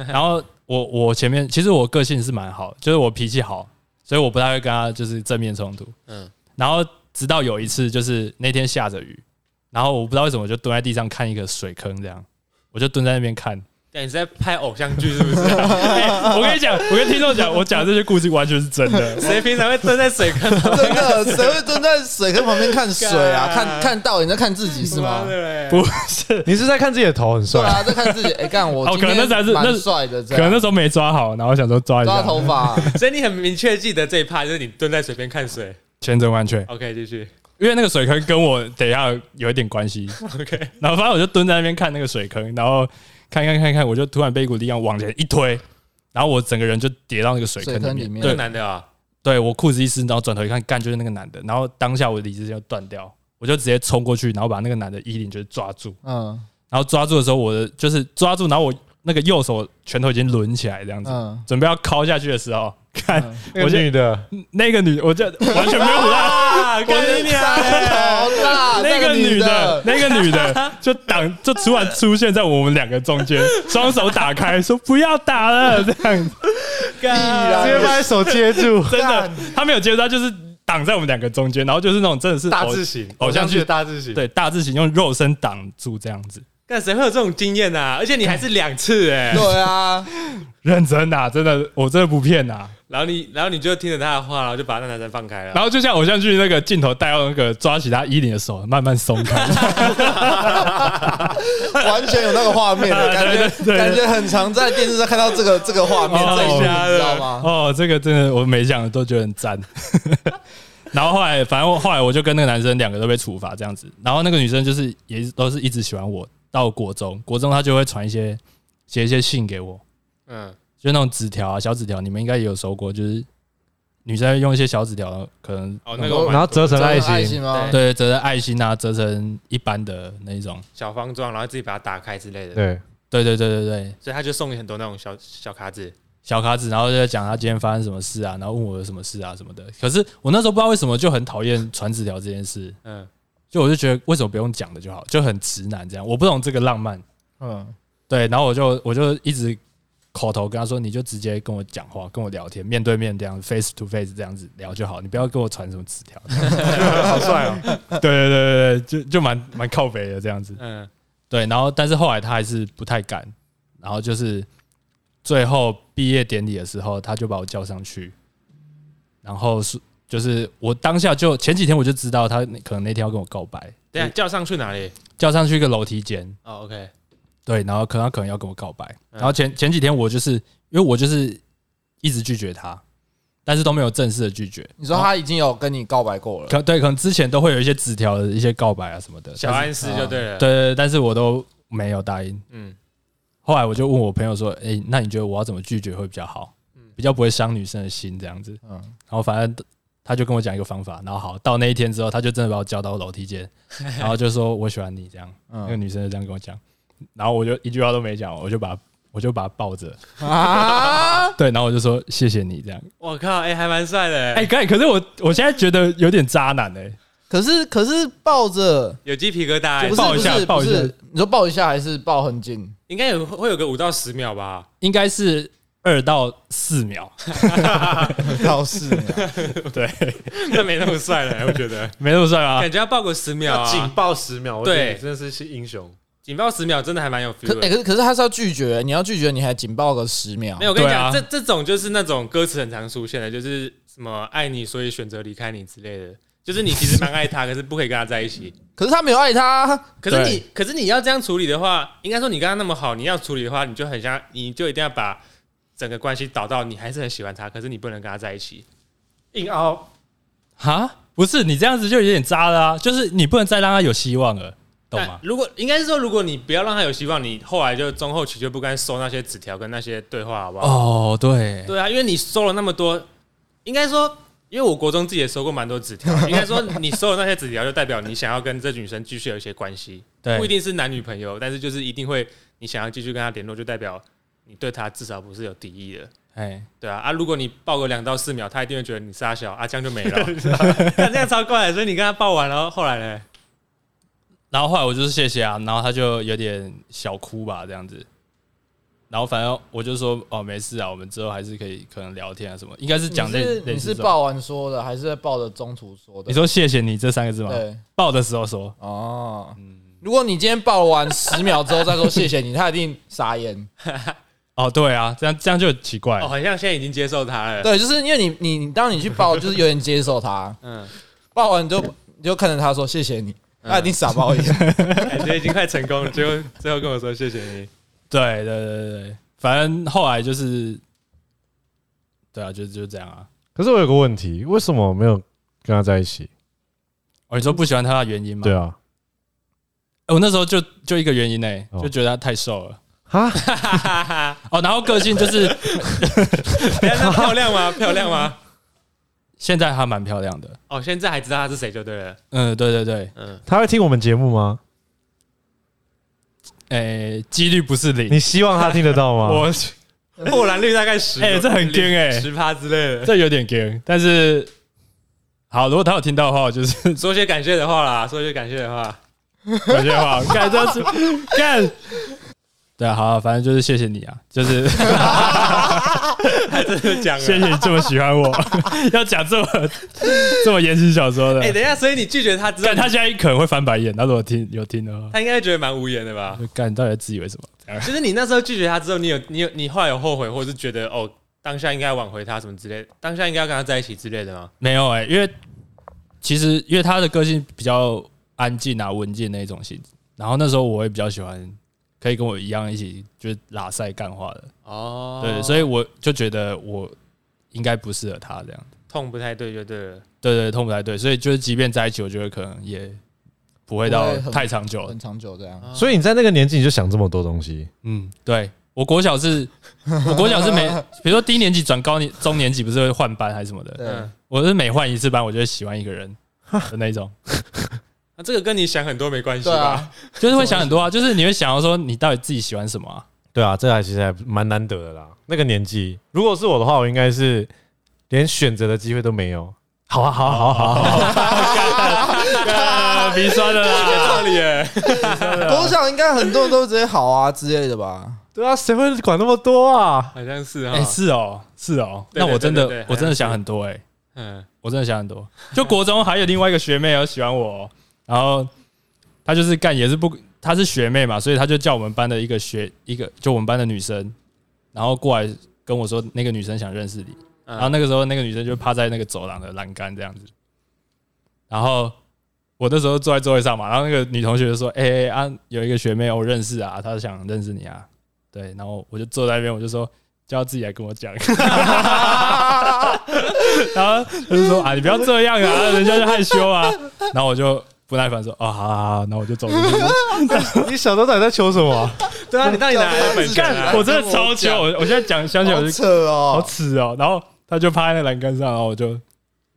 A: 然后我我前面其实我个性是蛮好，就是我脾气好，所以我不太会跟他就是正面冲突。嗯
B: 嗯，
A: 然后直到有一次，就是那天下着雨，然后我不知道为什么就蹲在地上看一个水坑，这样，我就蹲在那边看。 <laughs>
B: 对，你是在拍偶像剧是不是？ <laughs>
A: 我跟你讲，我跟听众讲，我讲这些故事完全是真的。
B: 谁平常会蹲在水坑旁
D: 真的，谁会蹲在水坑旁边看水啊？
A: <laughs>
B: 干
D: 看看到你在看自己是吗？
B: 对
A: 不是，
D: <laughs>
C: 你是在看自己的头很
D: 对
C: 帅？
D: 啊，在看自己。哎，干我
A: 哦
D: 今
A: 可能
D: 天
A: 那才是那
D: 蛮帅的，这
A: 可能那
D: 样
A: 时候没抓好，然后想说抓一
D: 抓
A: 下，
D: 头发，啊
B: 对所以你很明确记得这一趴，就是你蹲在水边看水。
A: 全真完全，
B: OK，继续。
A: 因为那个水坑跟我等一下有一点关系。
B: OK，
A: 然后反正我就蹲在那边看那个水坑，然后看看看看，我就突然被一股力量往前一推，然后我整个人就跌到那个水坑
D: 水坑
A: 里
D: 里面
B: 那个
A: 对，
B: 男的啊，
A: 对我裤子一湿，然后转头一看，干就是那个男的，然后当下我的理智就断掉，我就直接冲过去，然后把那个男的衣领就是抓住，
D: 嗯
A: 然后抓住的时候，我的就是抓住，然后我那个右手拳头已经抡起来这样子，
D: 嗯，
A: 准备要敲下去的时候，看、
D: 嗯
C: 那
A: 我
C: 个
A: 就
C: 女的，
A: 那个女，我就完全没有
B: 啊，
A: 我
B: 跟你
D: 大
B: 啊，
D: 头啦，
A: <laughs> 那个女
D: 女
A: 的，，那个女的就挡，就突然出现在我们两个中间，双手打开说不要打了，这样子
D: 啦
C: 直接把你手接住，
A: 真的，她没有接受到，就是挡在我们两个中间，然后就是那种真的是
E: 大
A: 偶
E: 字型
A: 偶像剧
E: 的大字型，，
A: 对大字型用肉身挡住这样子，
B: 干谁会有这种经验啊？而且你还是两 <laughs> 次哎，
D: 对啊，
A: 认真啊，真的，我真的不骗啊。
B: 然后你，然后你就听着他的话，然后就把那男生放开了。
A: 然后就像偶像剧那个镜头带到那个抓起他衣领的手，慢慢松
B: <laughs>
A: 开，
D: 完全有那个画面的
A: <laughs>
D: 感
A: 对对对
D: 觉，感觉很常在电视上看到这个这个画面
A: 哦，
D: 这一幕你知道吗？
A: 哦，这个真的我每讲的都觉得很赞。 <laughs> 然后后来，反正后来我就跟那个男生两个都被处罚这样子。然后那个女生就是也都是一直喜欢我，到国中，国中她就会传一些写一些信给我，
B: 嗯，
A: 就那种纸条啊，小纸条，你们应该也有收过，就是女生会用一些小纸条，可能
B: 哦，那个我
C: 然后
B: 蛮
C: 折成爱
D: 真的啊
C: 心，
D: 吗？
A: 对折成爱心啊，折成一般的那一种。
B: 小方状，然后自己把它打开之类的。
C: 对，
A: 对对对对对，
B: 所以他就送你很多那种小小卡纸。
A: 小卡纸，然后就在讲他今天发生什么事啊，然后问我有什么事啊什么的。可是我那时候不知道为什么就很讨厌传纸条这件事，
B: 嗯，
A: 就我就觉得为什么不用讲的就好，就很直男这样，我不懂这个浪漫。
D: 嗯，
A: 对，然后我就我就一直口头跟他说，你就直接跟我讲话，跟我聊天，面对面这样，face to face 这样子聊就好，你不要给我传什么纸条。
C: 好帅哦，
A: 对对对对对，就就蛮蛮靠北的这样子。
B: 嗯，
A: 对，然后但是后来他还是不太敢，然后就是最后毕业典礼的时候，他就把我叫上去，然后是就是我当下就前几天我就知道他可能那天要跟我告白，
B: 等一下叫上去哪里？
A: 叫上去一个楼梯间，
B: 哦，OK，
A: 对，然后可能他可能要跟我告白，
B: 嗯
A: 然后前前几天我就是因为我就是一直拒绝他，但是都没有正式的拒绝。
D: 你说他已经有跟你告白过了，
A: 可对，可能之前都会有一些纸条的一些告白啊什么的，
B: 小
A: 但是
B: 暗示就对了。
A: 对，对对，但是我都没有答应。
B: 嗯，
A: 后来我就问我朋友说：“诶，那你觉得我要怎么拒绝会比较好？比较不会伤女生的心这样子。”
D: 嗯，
A: 然后反正他就跟我讲一个方法，然后好到那一天之后，他就真的把我叫到楼梯 <laughs> 间，然后就说我喜欢你这样，那个
D: 嗯
A: 女生就这样跟我讲，然后我就一句话都没讲，我就把我就把她抱 <laughs> 着，
D: 啊，
A: 对，然后我就说谢谢你这样，
B: 我靠，哎，还蛮帅的，
A: 哎，
B: 哎，
A: 可以，可是我我现在觉得有点渣男哎，
D: <laughs> 可是可是抱着，
B: 有鸡皮疙瘩，哎
D: 不是
A: 抱一
D: 不
A: 下
D: 是
A: 抱一
D: 不
A: 下
D: 是，你说抱一下还是抱很紧？
A: <laughs>
B: 应该有会有个五到十秒 <laughs> 吧？
A: 应该是二到四 <laughs> 秒，
D: 倒是啊，
A: 对，
B: 那没那么帅了，我觉得，
A: 没那么帅吧？
B: 感啊觉要抱个十秒
C: 要紧
B: 啊，
C: 抱十秒，我觉
B: 对
C: 得你真的是是英雄。
B: 紧抱十秒真的还蛮有
D: 可
B: feel 的。
D: 哎可是可是他是要拒绝，你要拒绝你还紧抱个十秒
B: 没，有，我跟你
A: 对啊
B: 讲，这这种就是那种歌词很常出现的，就是什么爱你所以选择离开你之类的，就是你其实蛮爱他，可是不可以跟他在一起。
D: 可是他没有爱他，
B: 可是你
A: <laughs> 对，
B: 可是你要这样处理的话，应该说你跟他那么好，你要处理的话，你就很像，你就一定要把整个关系导到你还是很喜欢他，可是你不能跟他在一起。
C: 硬凹，
A: 哈，不是你这样子就有点渣了啊，就是你不能再让他有希望了，懂
B: 但
A: 吗？
B: 如果应该是说，如果你不要让他有希望，你后来就中后期就不该收那些纸条跟那些对话，好不好？
A: 哦，对，
B: 对啊，因为你收了那么多，应该说，因为我国中自己也收过蛮多纸条，应该说你收了那些纸条，就代表你想要跟这女生继续有一些关系，
A: 对
B: 不一定是男女朋友，但是就是一定会你想要继续跟她联络，就代表你对她至少不是有敌意的。
A: 哎，
B: 对啊，啊，如果你抱个两到四秒，他一定会觉得你傻小啊，这样就没了，那这样超怪的。所以你跟他抱完，然后后来呢？
A: 然后后来我就是谢谢啊，然后他就有点小哭吧这样子，然后反正我就说哦没事啊，我们之后还是可以可能聊天啊什么，应该是讲
D: 你
A: 类
D: 是
A: 类
D: 你
A: 似
D: 是
A: 这种。
D: 抱完说的，还是在抱着中途说的？
A: 你说谢谢你这三个字吗？
D: 对
A: 抱的时候说，
D: 哦，
A: 嗯
D: 如果你今天抱完十秒之后再说谢谢你，他一定傻
A: <laughs>
D: 眼。
A: 哦对啊，这样这样就很奇怪。
B: 哦，好像现在已经接受他
D: <laughs>
B: 了。
D: 对，就是因为你你你当你去抱，就是有点接受他，
B: 嗯，
D: 抱完你就你就看着他说谢谢你，
A: 嗯
D: 他一定傻爆眼。
A: <laughs>
B: 感哎觉已经快成功了，结果最后跟我说谢谢你。
A: 对对对对对，反正后来就是，对啊，就就这样啊。
C: 可是我有个问题，为什么我没有跟他在一起？
A: 哦，你说不喜欢他的原因吗？
C: 对啊，
A: 哎我那时候就就一个原因呢、
C: 哦
A: 就觉得他太瘦了。
C: 哈，
A: 哦，然后个性就是 <laughs>
B: 等哎一下那漂亮吗？漂亮吗？
A: 现在她蛮漂亮的。
B: 哦，现在还知道他是谁就对了。
A: 嗯，对对对，
B: 嗯，
C: 他会听我们节目 <laughs> 吗？
A: 诶、哎几率不是零。
C: 你希望他听得到吗？
A: 我
B: 破燃率大概十，
A: 哎这很惊哎
B: 十趴之类
A: <laughs>
B: 的。
A: 这有点 gay，但是好，如果他有听到的话，我就是 <laughs>
B: 说些感谢的话啦，说些感谢的话。
A: 有些话，干这是干。对啊，好啊反正就是谢谢你啊，就是 <laughs>
B: 还真的讲
A: 谢谢
B: 了。
A: 你 <laughs> 这么喜欢我， <laughs> 要讲这么这么言情小说的
B: 哎，。等一下，所以你拒绝他之后
A: 但，他现在可能会翻白眼，他如果听有听的话，
B: 他应该觉得蛮无言的吧？
A: 就干你到底在自以为什么？这样
B: 就是你那时候拒绝他之后，你有你有你后来有后悔，或者是觉得哦，当下应该挽回他什么之类的，当下应该要跟他在一起之类的吗？
A: 没有哎、因为其实因为他的个性比较安静啊、文静那一种性质，然后那时候我也比较喜欢可以跟我一样一起就是拉塞干话的，
B: 哦
A: 对，所以我就觉得我应该不适合他这样，
B: 痛不太对就对了。
A: 对对，痛不太对，所以就是即便在一起，我觉得可能也不会
D: 不
A: 到
D: 会很
A: 太长久，
D: 很长久这样，
C: 所以你在那个年纪你就想这么多东西，
A: 嗯，对我国小是，我国
D: <laughs>
A: 小是每比如说低年级转高年中年级不是会换班还是什么的，
D: 对，
B: 嗯，
A: 我是每换一次班我就会喜欢一个人的那种。
B: 那这个跟你想很多没关系
D: 对
B: 吧
D: 啊？，
A: 就是会想很多啊，就是你会想要说你到底自己喜欢什么啊？
C: 对啊，这还其实还蛮难得的啦。那个年纪，如果是我的话，我应该是连选择的机会都没有。好啊，好啊，好啊，好啊，好啊
A: 啊，鼻酸的
B: 有道理耶，
A: 啊
D: 我想应该很多人都直接好啊之类的吧。
C: <laughs> 对啊，谁会管那么
B: <laughs>
C: 多啊？
B: 好像是哈
A: <laughs> 哎，。是哦，是哦，
B: 对
A: 那
B: 对
A: 我真
B: 对对对
A: 的
B: 好像
A: 我真的想很多哎，
B: 嗯，
A: 我真的想很多。就国中还有另外一个学妹有喜欢我哦，然后她就是干也是不，她是学妹嘛，所以她就叫我们班的一个学一个就我们班的女生，然后过来跟我说那个女生想认识你，
B: 嗯
A: 然后那个时候那个女生就趴在那个走廊的栏杆这样子，然后我那时候坐在座位上嘛，然后那个女同学就说：“哎、欸、啊，有一个学妹我认识啊，她想认识你啊。”对，然后我就坐在那边，我就说叫她自己来跟我讲， <laughs> 然后他就说：“啊，你不要这样啊，人家就害羞啊。”然后我就不耐烦说：“哦，好好好，那我就走出去。”
C: 你小时候到底在求什么啊？
B: 对啊，你到底哪来的本事啊？
A: 干，我真的超糗！我我现在讲想起来我
E: 好
A: 就
E: 扯
A: 好
E: 哦，
A: 耻哦。然后他就趴在那栏杆上，然后我就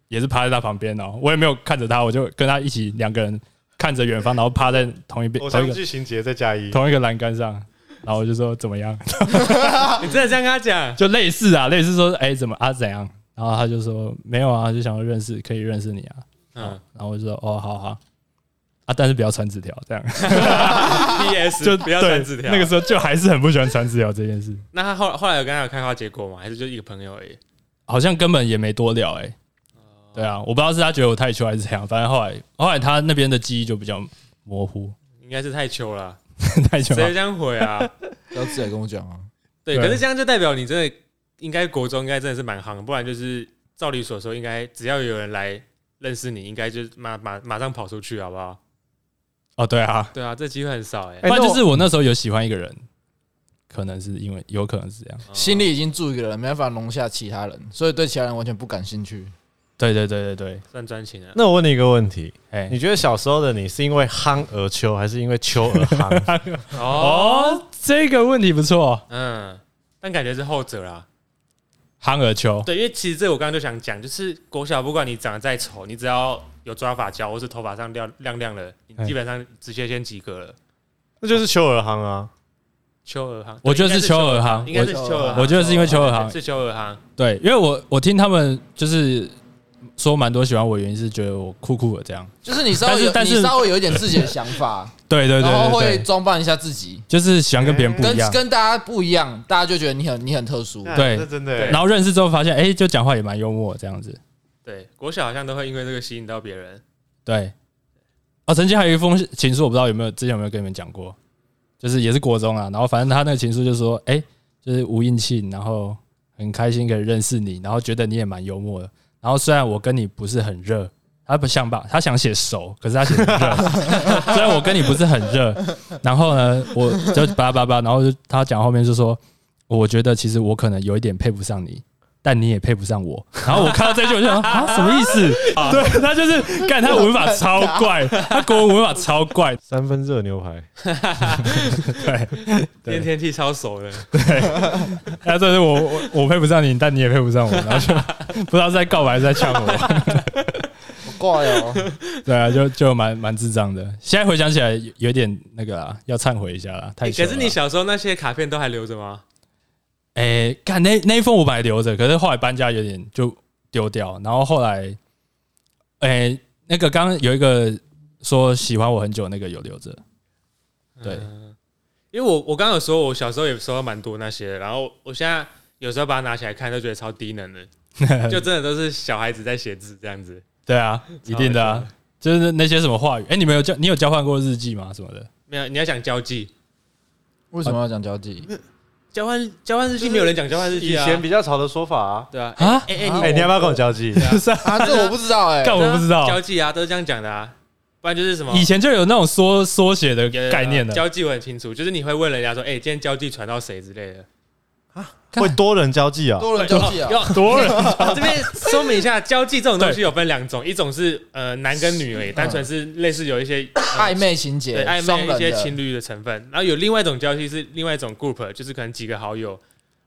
A: 也是趴在他旁边哦，我也没有看着他，我就跟他一起两个人看着远方，然后趴在同一边
C: 偶
A: 同
C: 像
A: 一个
C: 剧情节再加一，
A: 同一个栏杆上。然后我就说怎么样，
B: 你真的这样跟他讲？
A: 就类似啊，类似说哎、怎么啊怎样，然后他就说没有啊，就想要认识，可以认识你啊。
B: 嗯
A: 然后我就说哦，好好啊，但是不要传纸条，这样
B: ，PS
A: <laughs> 就
B: 不
A: <laughs>
B: 要
A: 对
B: 传纸条。
A: 那个时候就还是很不喜欢传纸条这件事，
B: 那他后后来有跟他有开花结果吗？还是就一个朋友而已？
A: 好像根本也没多聊哎、对啊，我不知道是他觉得我太糗还是怎样，反正后来后来他那边的记忆就比较模糊， <laughs>
B: 应该是太糗了啊，
A: 太糗
B: 谁会
A: 了。
B: 这样回 <laughs> 啊？
D: 不要自己来跟我讲啊。
B: 对，
A: 对
B: 可是这样就代表你真的应该国中应该真的是蛮夯，不然就是照理所说，应该只要有人来认识你，应该就马马马上跑出去，好不好？
A: 哦，对啊，
B: 对啊，这机会很少哎、
A: 不然就是我那时候有喜欢一个人，可能是因为有可能是这样。
B: 哦
D: 心里已经住一个人，没办法容下其他人，所以对其他人完全不感兴趣。
A: 对对对对对，
B: 算专情啊。
C: 那我问你一个问题：
A: 哎、
C: 你觉得小时候的你是因为憨而秋，还是因为秋而憨？
B: 哦，
A: 哦，这个问题不错，
B: 嗯，但感觉是后者啦。
A: 憨而秋，
B: 对，因为其实这我刚刚就想讲，就是国小不管你长得再丑，你只要有抓发胶或是头发上亮亮亮了，你基本上直接先及格了。
C: 那就是秋而憨啊！
B: 秋儿行，
A: 我觉得是秋儿行
B: 应该是
D: 我
B: 秋儿行，
A: 我觉得是因为秋儿行
B: 对是秋儿行。
A: 对，因为我我听他们就是说蛮多喜欢我，的原因是觉得我酷酷的这样。
D: 就是你稍微有
A: 但是但是
D: 你稍微有一点自己的想法，
A: 对 <laughs> 对对
D: 然后
A: 对对
D: 会装扮一下自己，
A: 就是喜欢哎跟别人不
D: 跟
A: 一样。
D: 跟大家不一样，大家就觉得你很你很
C: <laughs>
D: 特殊。
A: 对
C: 这真的
B: 对
C: 欸。
A: 然后认识之后发现，哎、就讲话也蛮幽默这样子。
B: 对，国小好像都会因为这个吸引到别人。
A: 对，哦，曾经还有一封情书，我不知道有没有之前有没有跟你们讲过，就是也是国中啊，然后反正他那个情书就说，哎、就是吴应庆，然后很开心可以认识你，然后觉得你也蛮幽默的，然后虽然我跟你不是很热，他不想把他想写熟，可是他写很热， <laughs> 虽然我跟你不是很热，然后呢，我就叭叭叭，然后就他讲后面就说，我觉得其实我可能有一点配不上你。但你也配不上我，然后我看到这句我就想啊，什么意思？对他就是干他文法超
B: <laughs>
A: 怪，他国文文法超怪，
C: 三分热牛排，
B: 今天天气超熟的，
A: 他这是我我我配不上你，但你也配不上我，然后就 <laughs> 不知道是在告白还是在呛我，
E: 怪哦，
A: 对啊，就就蛮蛮智障的。现在回想起来有有点那个啦，要忏悔一下啦，太
B: 欸
A: 糗
B: 可
A: 了
B: 是你小时候那些卡片都还留着吗？
A: 哎，看那那一封我本来留着，可是后来搬家有点就丢掉，然后后来，哎，那个刚刚有一个说喜欢我很久那个有留着，对
B: 嗯因为我我刚刚有说，我小时候也收到蛮多那些的，然后我现在有时候把它拿起来看，都觉得超低能
A: <laughs>
B: 的，就真的都是小孩子在写字这样子。
A: 对啊，一定的
B: 超
A: 啊，就是那些什么话语，哎，你们有交你有交换过日记吗？什么的？
B: 没有，你要讲交际，
D: <laughs> 为什么要讲交际？
B: 交换交换日记，没有人讲交换日
C: 以
B: 记啊，
C: 前比较潮的说法啊。
B: 对啊，哎
A: 啊，
B: 哎、
D: 啊
C: 哎，你要不要跟我交际？
A: 是啊，
D: 啊，这我不知道哎、
A: 干我不知道，
B: 交际啊，都是这样讲的啊，不然就是什么
A: 以前就有那种缩缩写的
B: 有有有
A: 概念的，
B: 交际我很清楚，就是你会问人家说，哎、今天交际传到谁之类的。
A: 干
C: 会多人交际啊？
D: 多人交际啊， <laughs>
B: 要
A: 多人
B: 这边说明一下，交际这种东西有分两种，一种是呃男跟女而已，单纯是类似有一些
D: 暧昧情
B: 对
D: 节，
B: 暧
D: 双
B: 昧
D: 人
B: 一些
D: 的
B: 情侣的成分，然后有另外一种交际是另外一种 group，就是可能几个好友，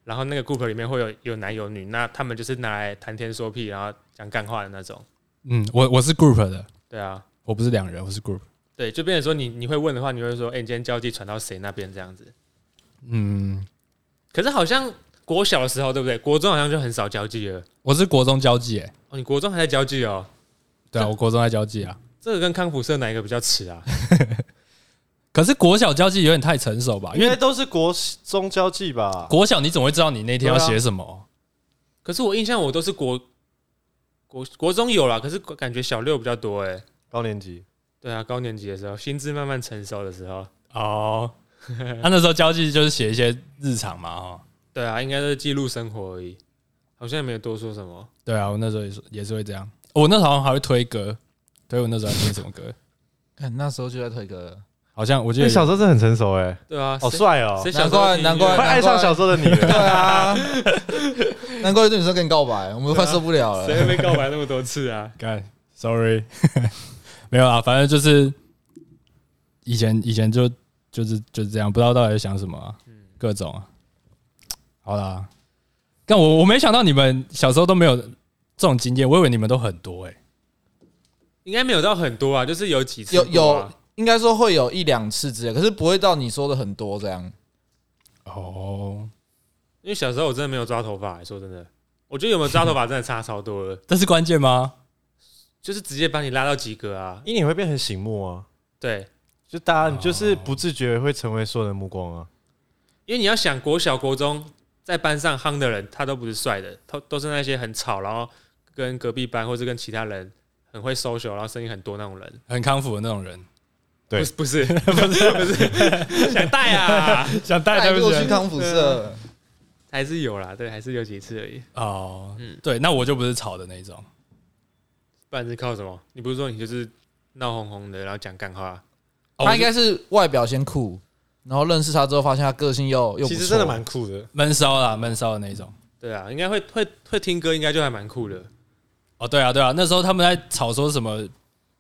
B: 然后那个 group 里面会有有男有女，那他们就是拿来谈天说屁，然后讲干话的那种。
A: 嗯，我我是 group 的，
B: 对啊，
A: 我不是两人，我是 group。
B: 对，就变成说你你会问的话，你会说，哎、你今天交际传到谁那边这样子？
A: 嗯，
B: 可是好像国小的时候，对不对？国中好像就很少交际了。
A: 我是国中交际，哎，
B: 哦，你国中还在交际哦？
A: 对啊，我国中在交际啊。
B: 这个跟康复社哪一个比较迟啊？
A: 可是国小交际有点太成熟吧？因
C: 因为
A: 为
C: 都是国中交际
B: 啊
C: 吧？
A: 国小你总会知道你那天要写什么。
B: 可是我印象我都是国国国中有啦，可是感觉小六比较多哎、
C: 高年级
B: 对啊，高年级的时候，心智慢慢成熟的时候，
A: 啊哦，他那时候交际就是写一些日常嘛，哈，
B: 对啊，应该是记录生活而已，好像也没有多说什么。
A: 对啊，我那时候也是也是会这样。我那时候好像还会推歌，推我那时候在听什么歌？
D: 看哎那时候就在推歌，
A: 好像我记
C: 你
A: 得
C: 小时候真的很成熟哎，
B: 对啊，
C: 好
B: 谁
C: 帅哦，
B: 谁小时候听音乐
D: 难怪
C: 快
D: 难
C: 爱上小时候的你
D: 对
C: 了。
D: 啊， <laughs> 难怪有女生跟你告白，我们都快受不了了。
B: 谁会被告白那么多次啊？
A: 干，sorry，没有啊，反正就是以前以前就就是就是这样，不知道到底在想什么、啊，各种啊。好啦，但我我没想到你们小时候都没有这种经验，我以为你们都很多哎、
B: 应该没有到很多啊，就是有几次
D: 有
B: 过
D: 有
B: 啊，
D: 应该说会有一两次之类，可是不会到你说的很多这样。
A: 哦，
B: 因为小时候我真的没有抓头发、欸说真的，我觉得有没有抓头发真的差超多了，
A: 这是关键吗？
B: 就是直接把你拉到及格啊。
C: 因为你会变很醒目啊，
B: 对，
C: 就大家你就是不自觉会成为所有人的目光啊。
B: 因为你要想国小国中在班上夯的人，他都不是帅的，他都是那些很吵，然后跟隔壁班或是跟其他人很会 social，然后声音很多那种人。
A: 很康复的那种人，
C: 对
B: 不是不是 <laughs> 不是不是，想带啊，
A: 想带
D: 带
A: 他
D: 过去
A: 们
D: 康复社，
B: 还是有啦，对，还是有几次而已。
A: 哦
B: 嗯，
A: 对，那我就不是吵的那一种，
B: 不然是靠什么？你不是说你就是闹哄哄的，然后讲干话？
A: 哦
D: 他应该是外表先酷，然后认识他之后发现他个性又又不
C: 其实
D: 错
C: 真的蛮酷的，
A: 闷骚啦，闷骚的那一种。
B: 对啊，应该会会会听歌，应该就还蛮酷的。
A: 哦，对啊，对啊，那时候他们在吵说什么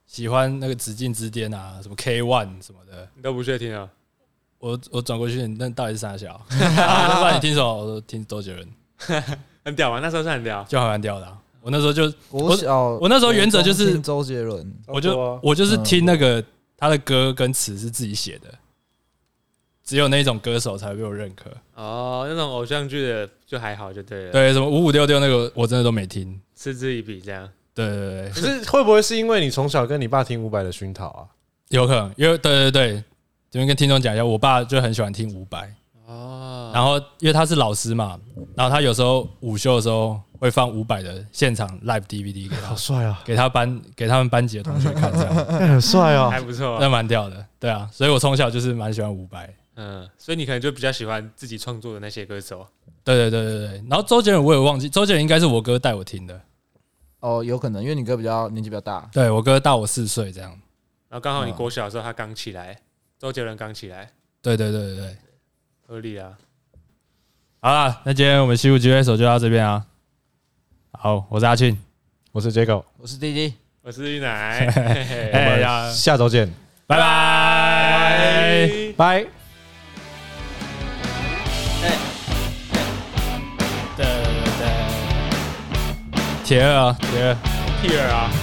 A: 喜欢那个紫禁之巅啊，什么 K One 什么的。
B: 你都不确定啊？
A: 我我转过去，那到底是啥小？ <laughs> 啊不然你听什么？我说听周杰伦，
B: 很屌啊，那时候是很屌。
A: 就好玩掉的啊、我那时候就
D: 国小
A: 我那时候原则就是
D: 国中听周杰伦，
B: 哦
A: 我就、
C: 差不多啊
A: 我就是听那个他的歌跟词是自己写的，只有那种歌手才会被我认可。
B: 哦，那种偶像剧的就还好，就对了。，
A: 对，什么五五六六那个我真的都没听。
B: 嗤之以鼻这样。
A: 对对对对，
C: 可是会不会是因为你从小跟你爸听伍佰的熏陶啊？
A: 有可能，因为对对对，这边跟听众讲一下，我爸就很喜欢听伍佰，
B: 哦，
A: 然后因为他是老师嘛，然后他有时候午休的时候会放伍佰的现场 live DVD 给他
C: 好帅啊，
A: 给他班给他们班级的同学看，这样
C: <laughs> 哎很帅啊
B: 还！不错啊。
A: 那蛮屌的，对啊，所以我从小就是蛮喜欢伍佰，
B: 嗯，所以你可能就比较喜欢自己创作的那些歌手。
A: 对对对对对，然后周杰伦我也忘记，周杰伦应该是我哥带我听的，
D: 哦，有可能因为你哥比较年纪比较大，
A: 对我哥大我四岁这样，
B: 然后刚好你国小的时候他刚起来，周杰伦刚起来，
A: 对对对对对，
B: 合理啊。
A: 好啦，那今天我们西湖集会所就到这边啊，好，我是阿庆，
C: <laughs> 我是 Jago，
D: 我是弟弟。
B: 我是玉奶，嘿嘿
A: 哎
C: 我
A: 呀
C: 们下周见，
A: 拜拜。
C: 拜。
A: 铁二啊，铁二。
B: Here 啊。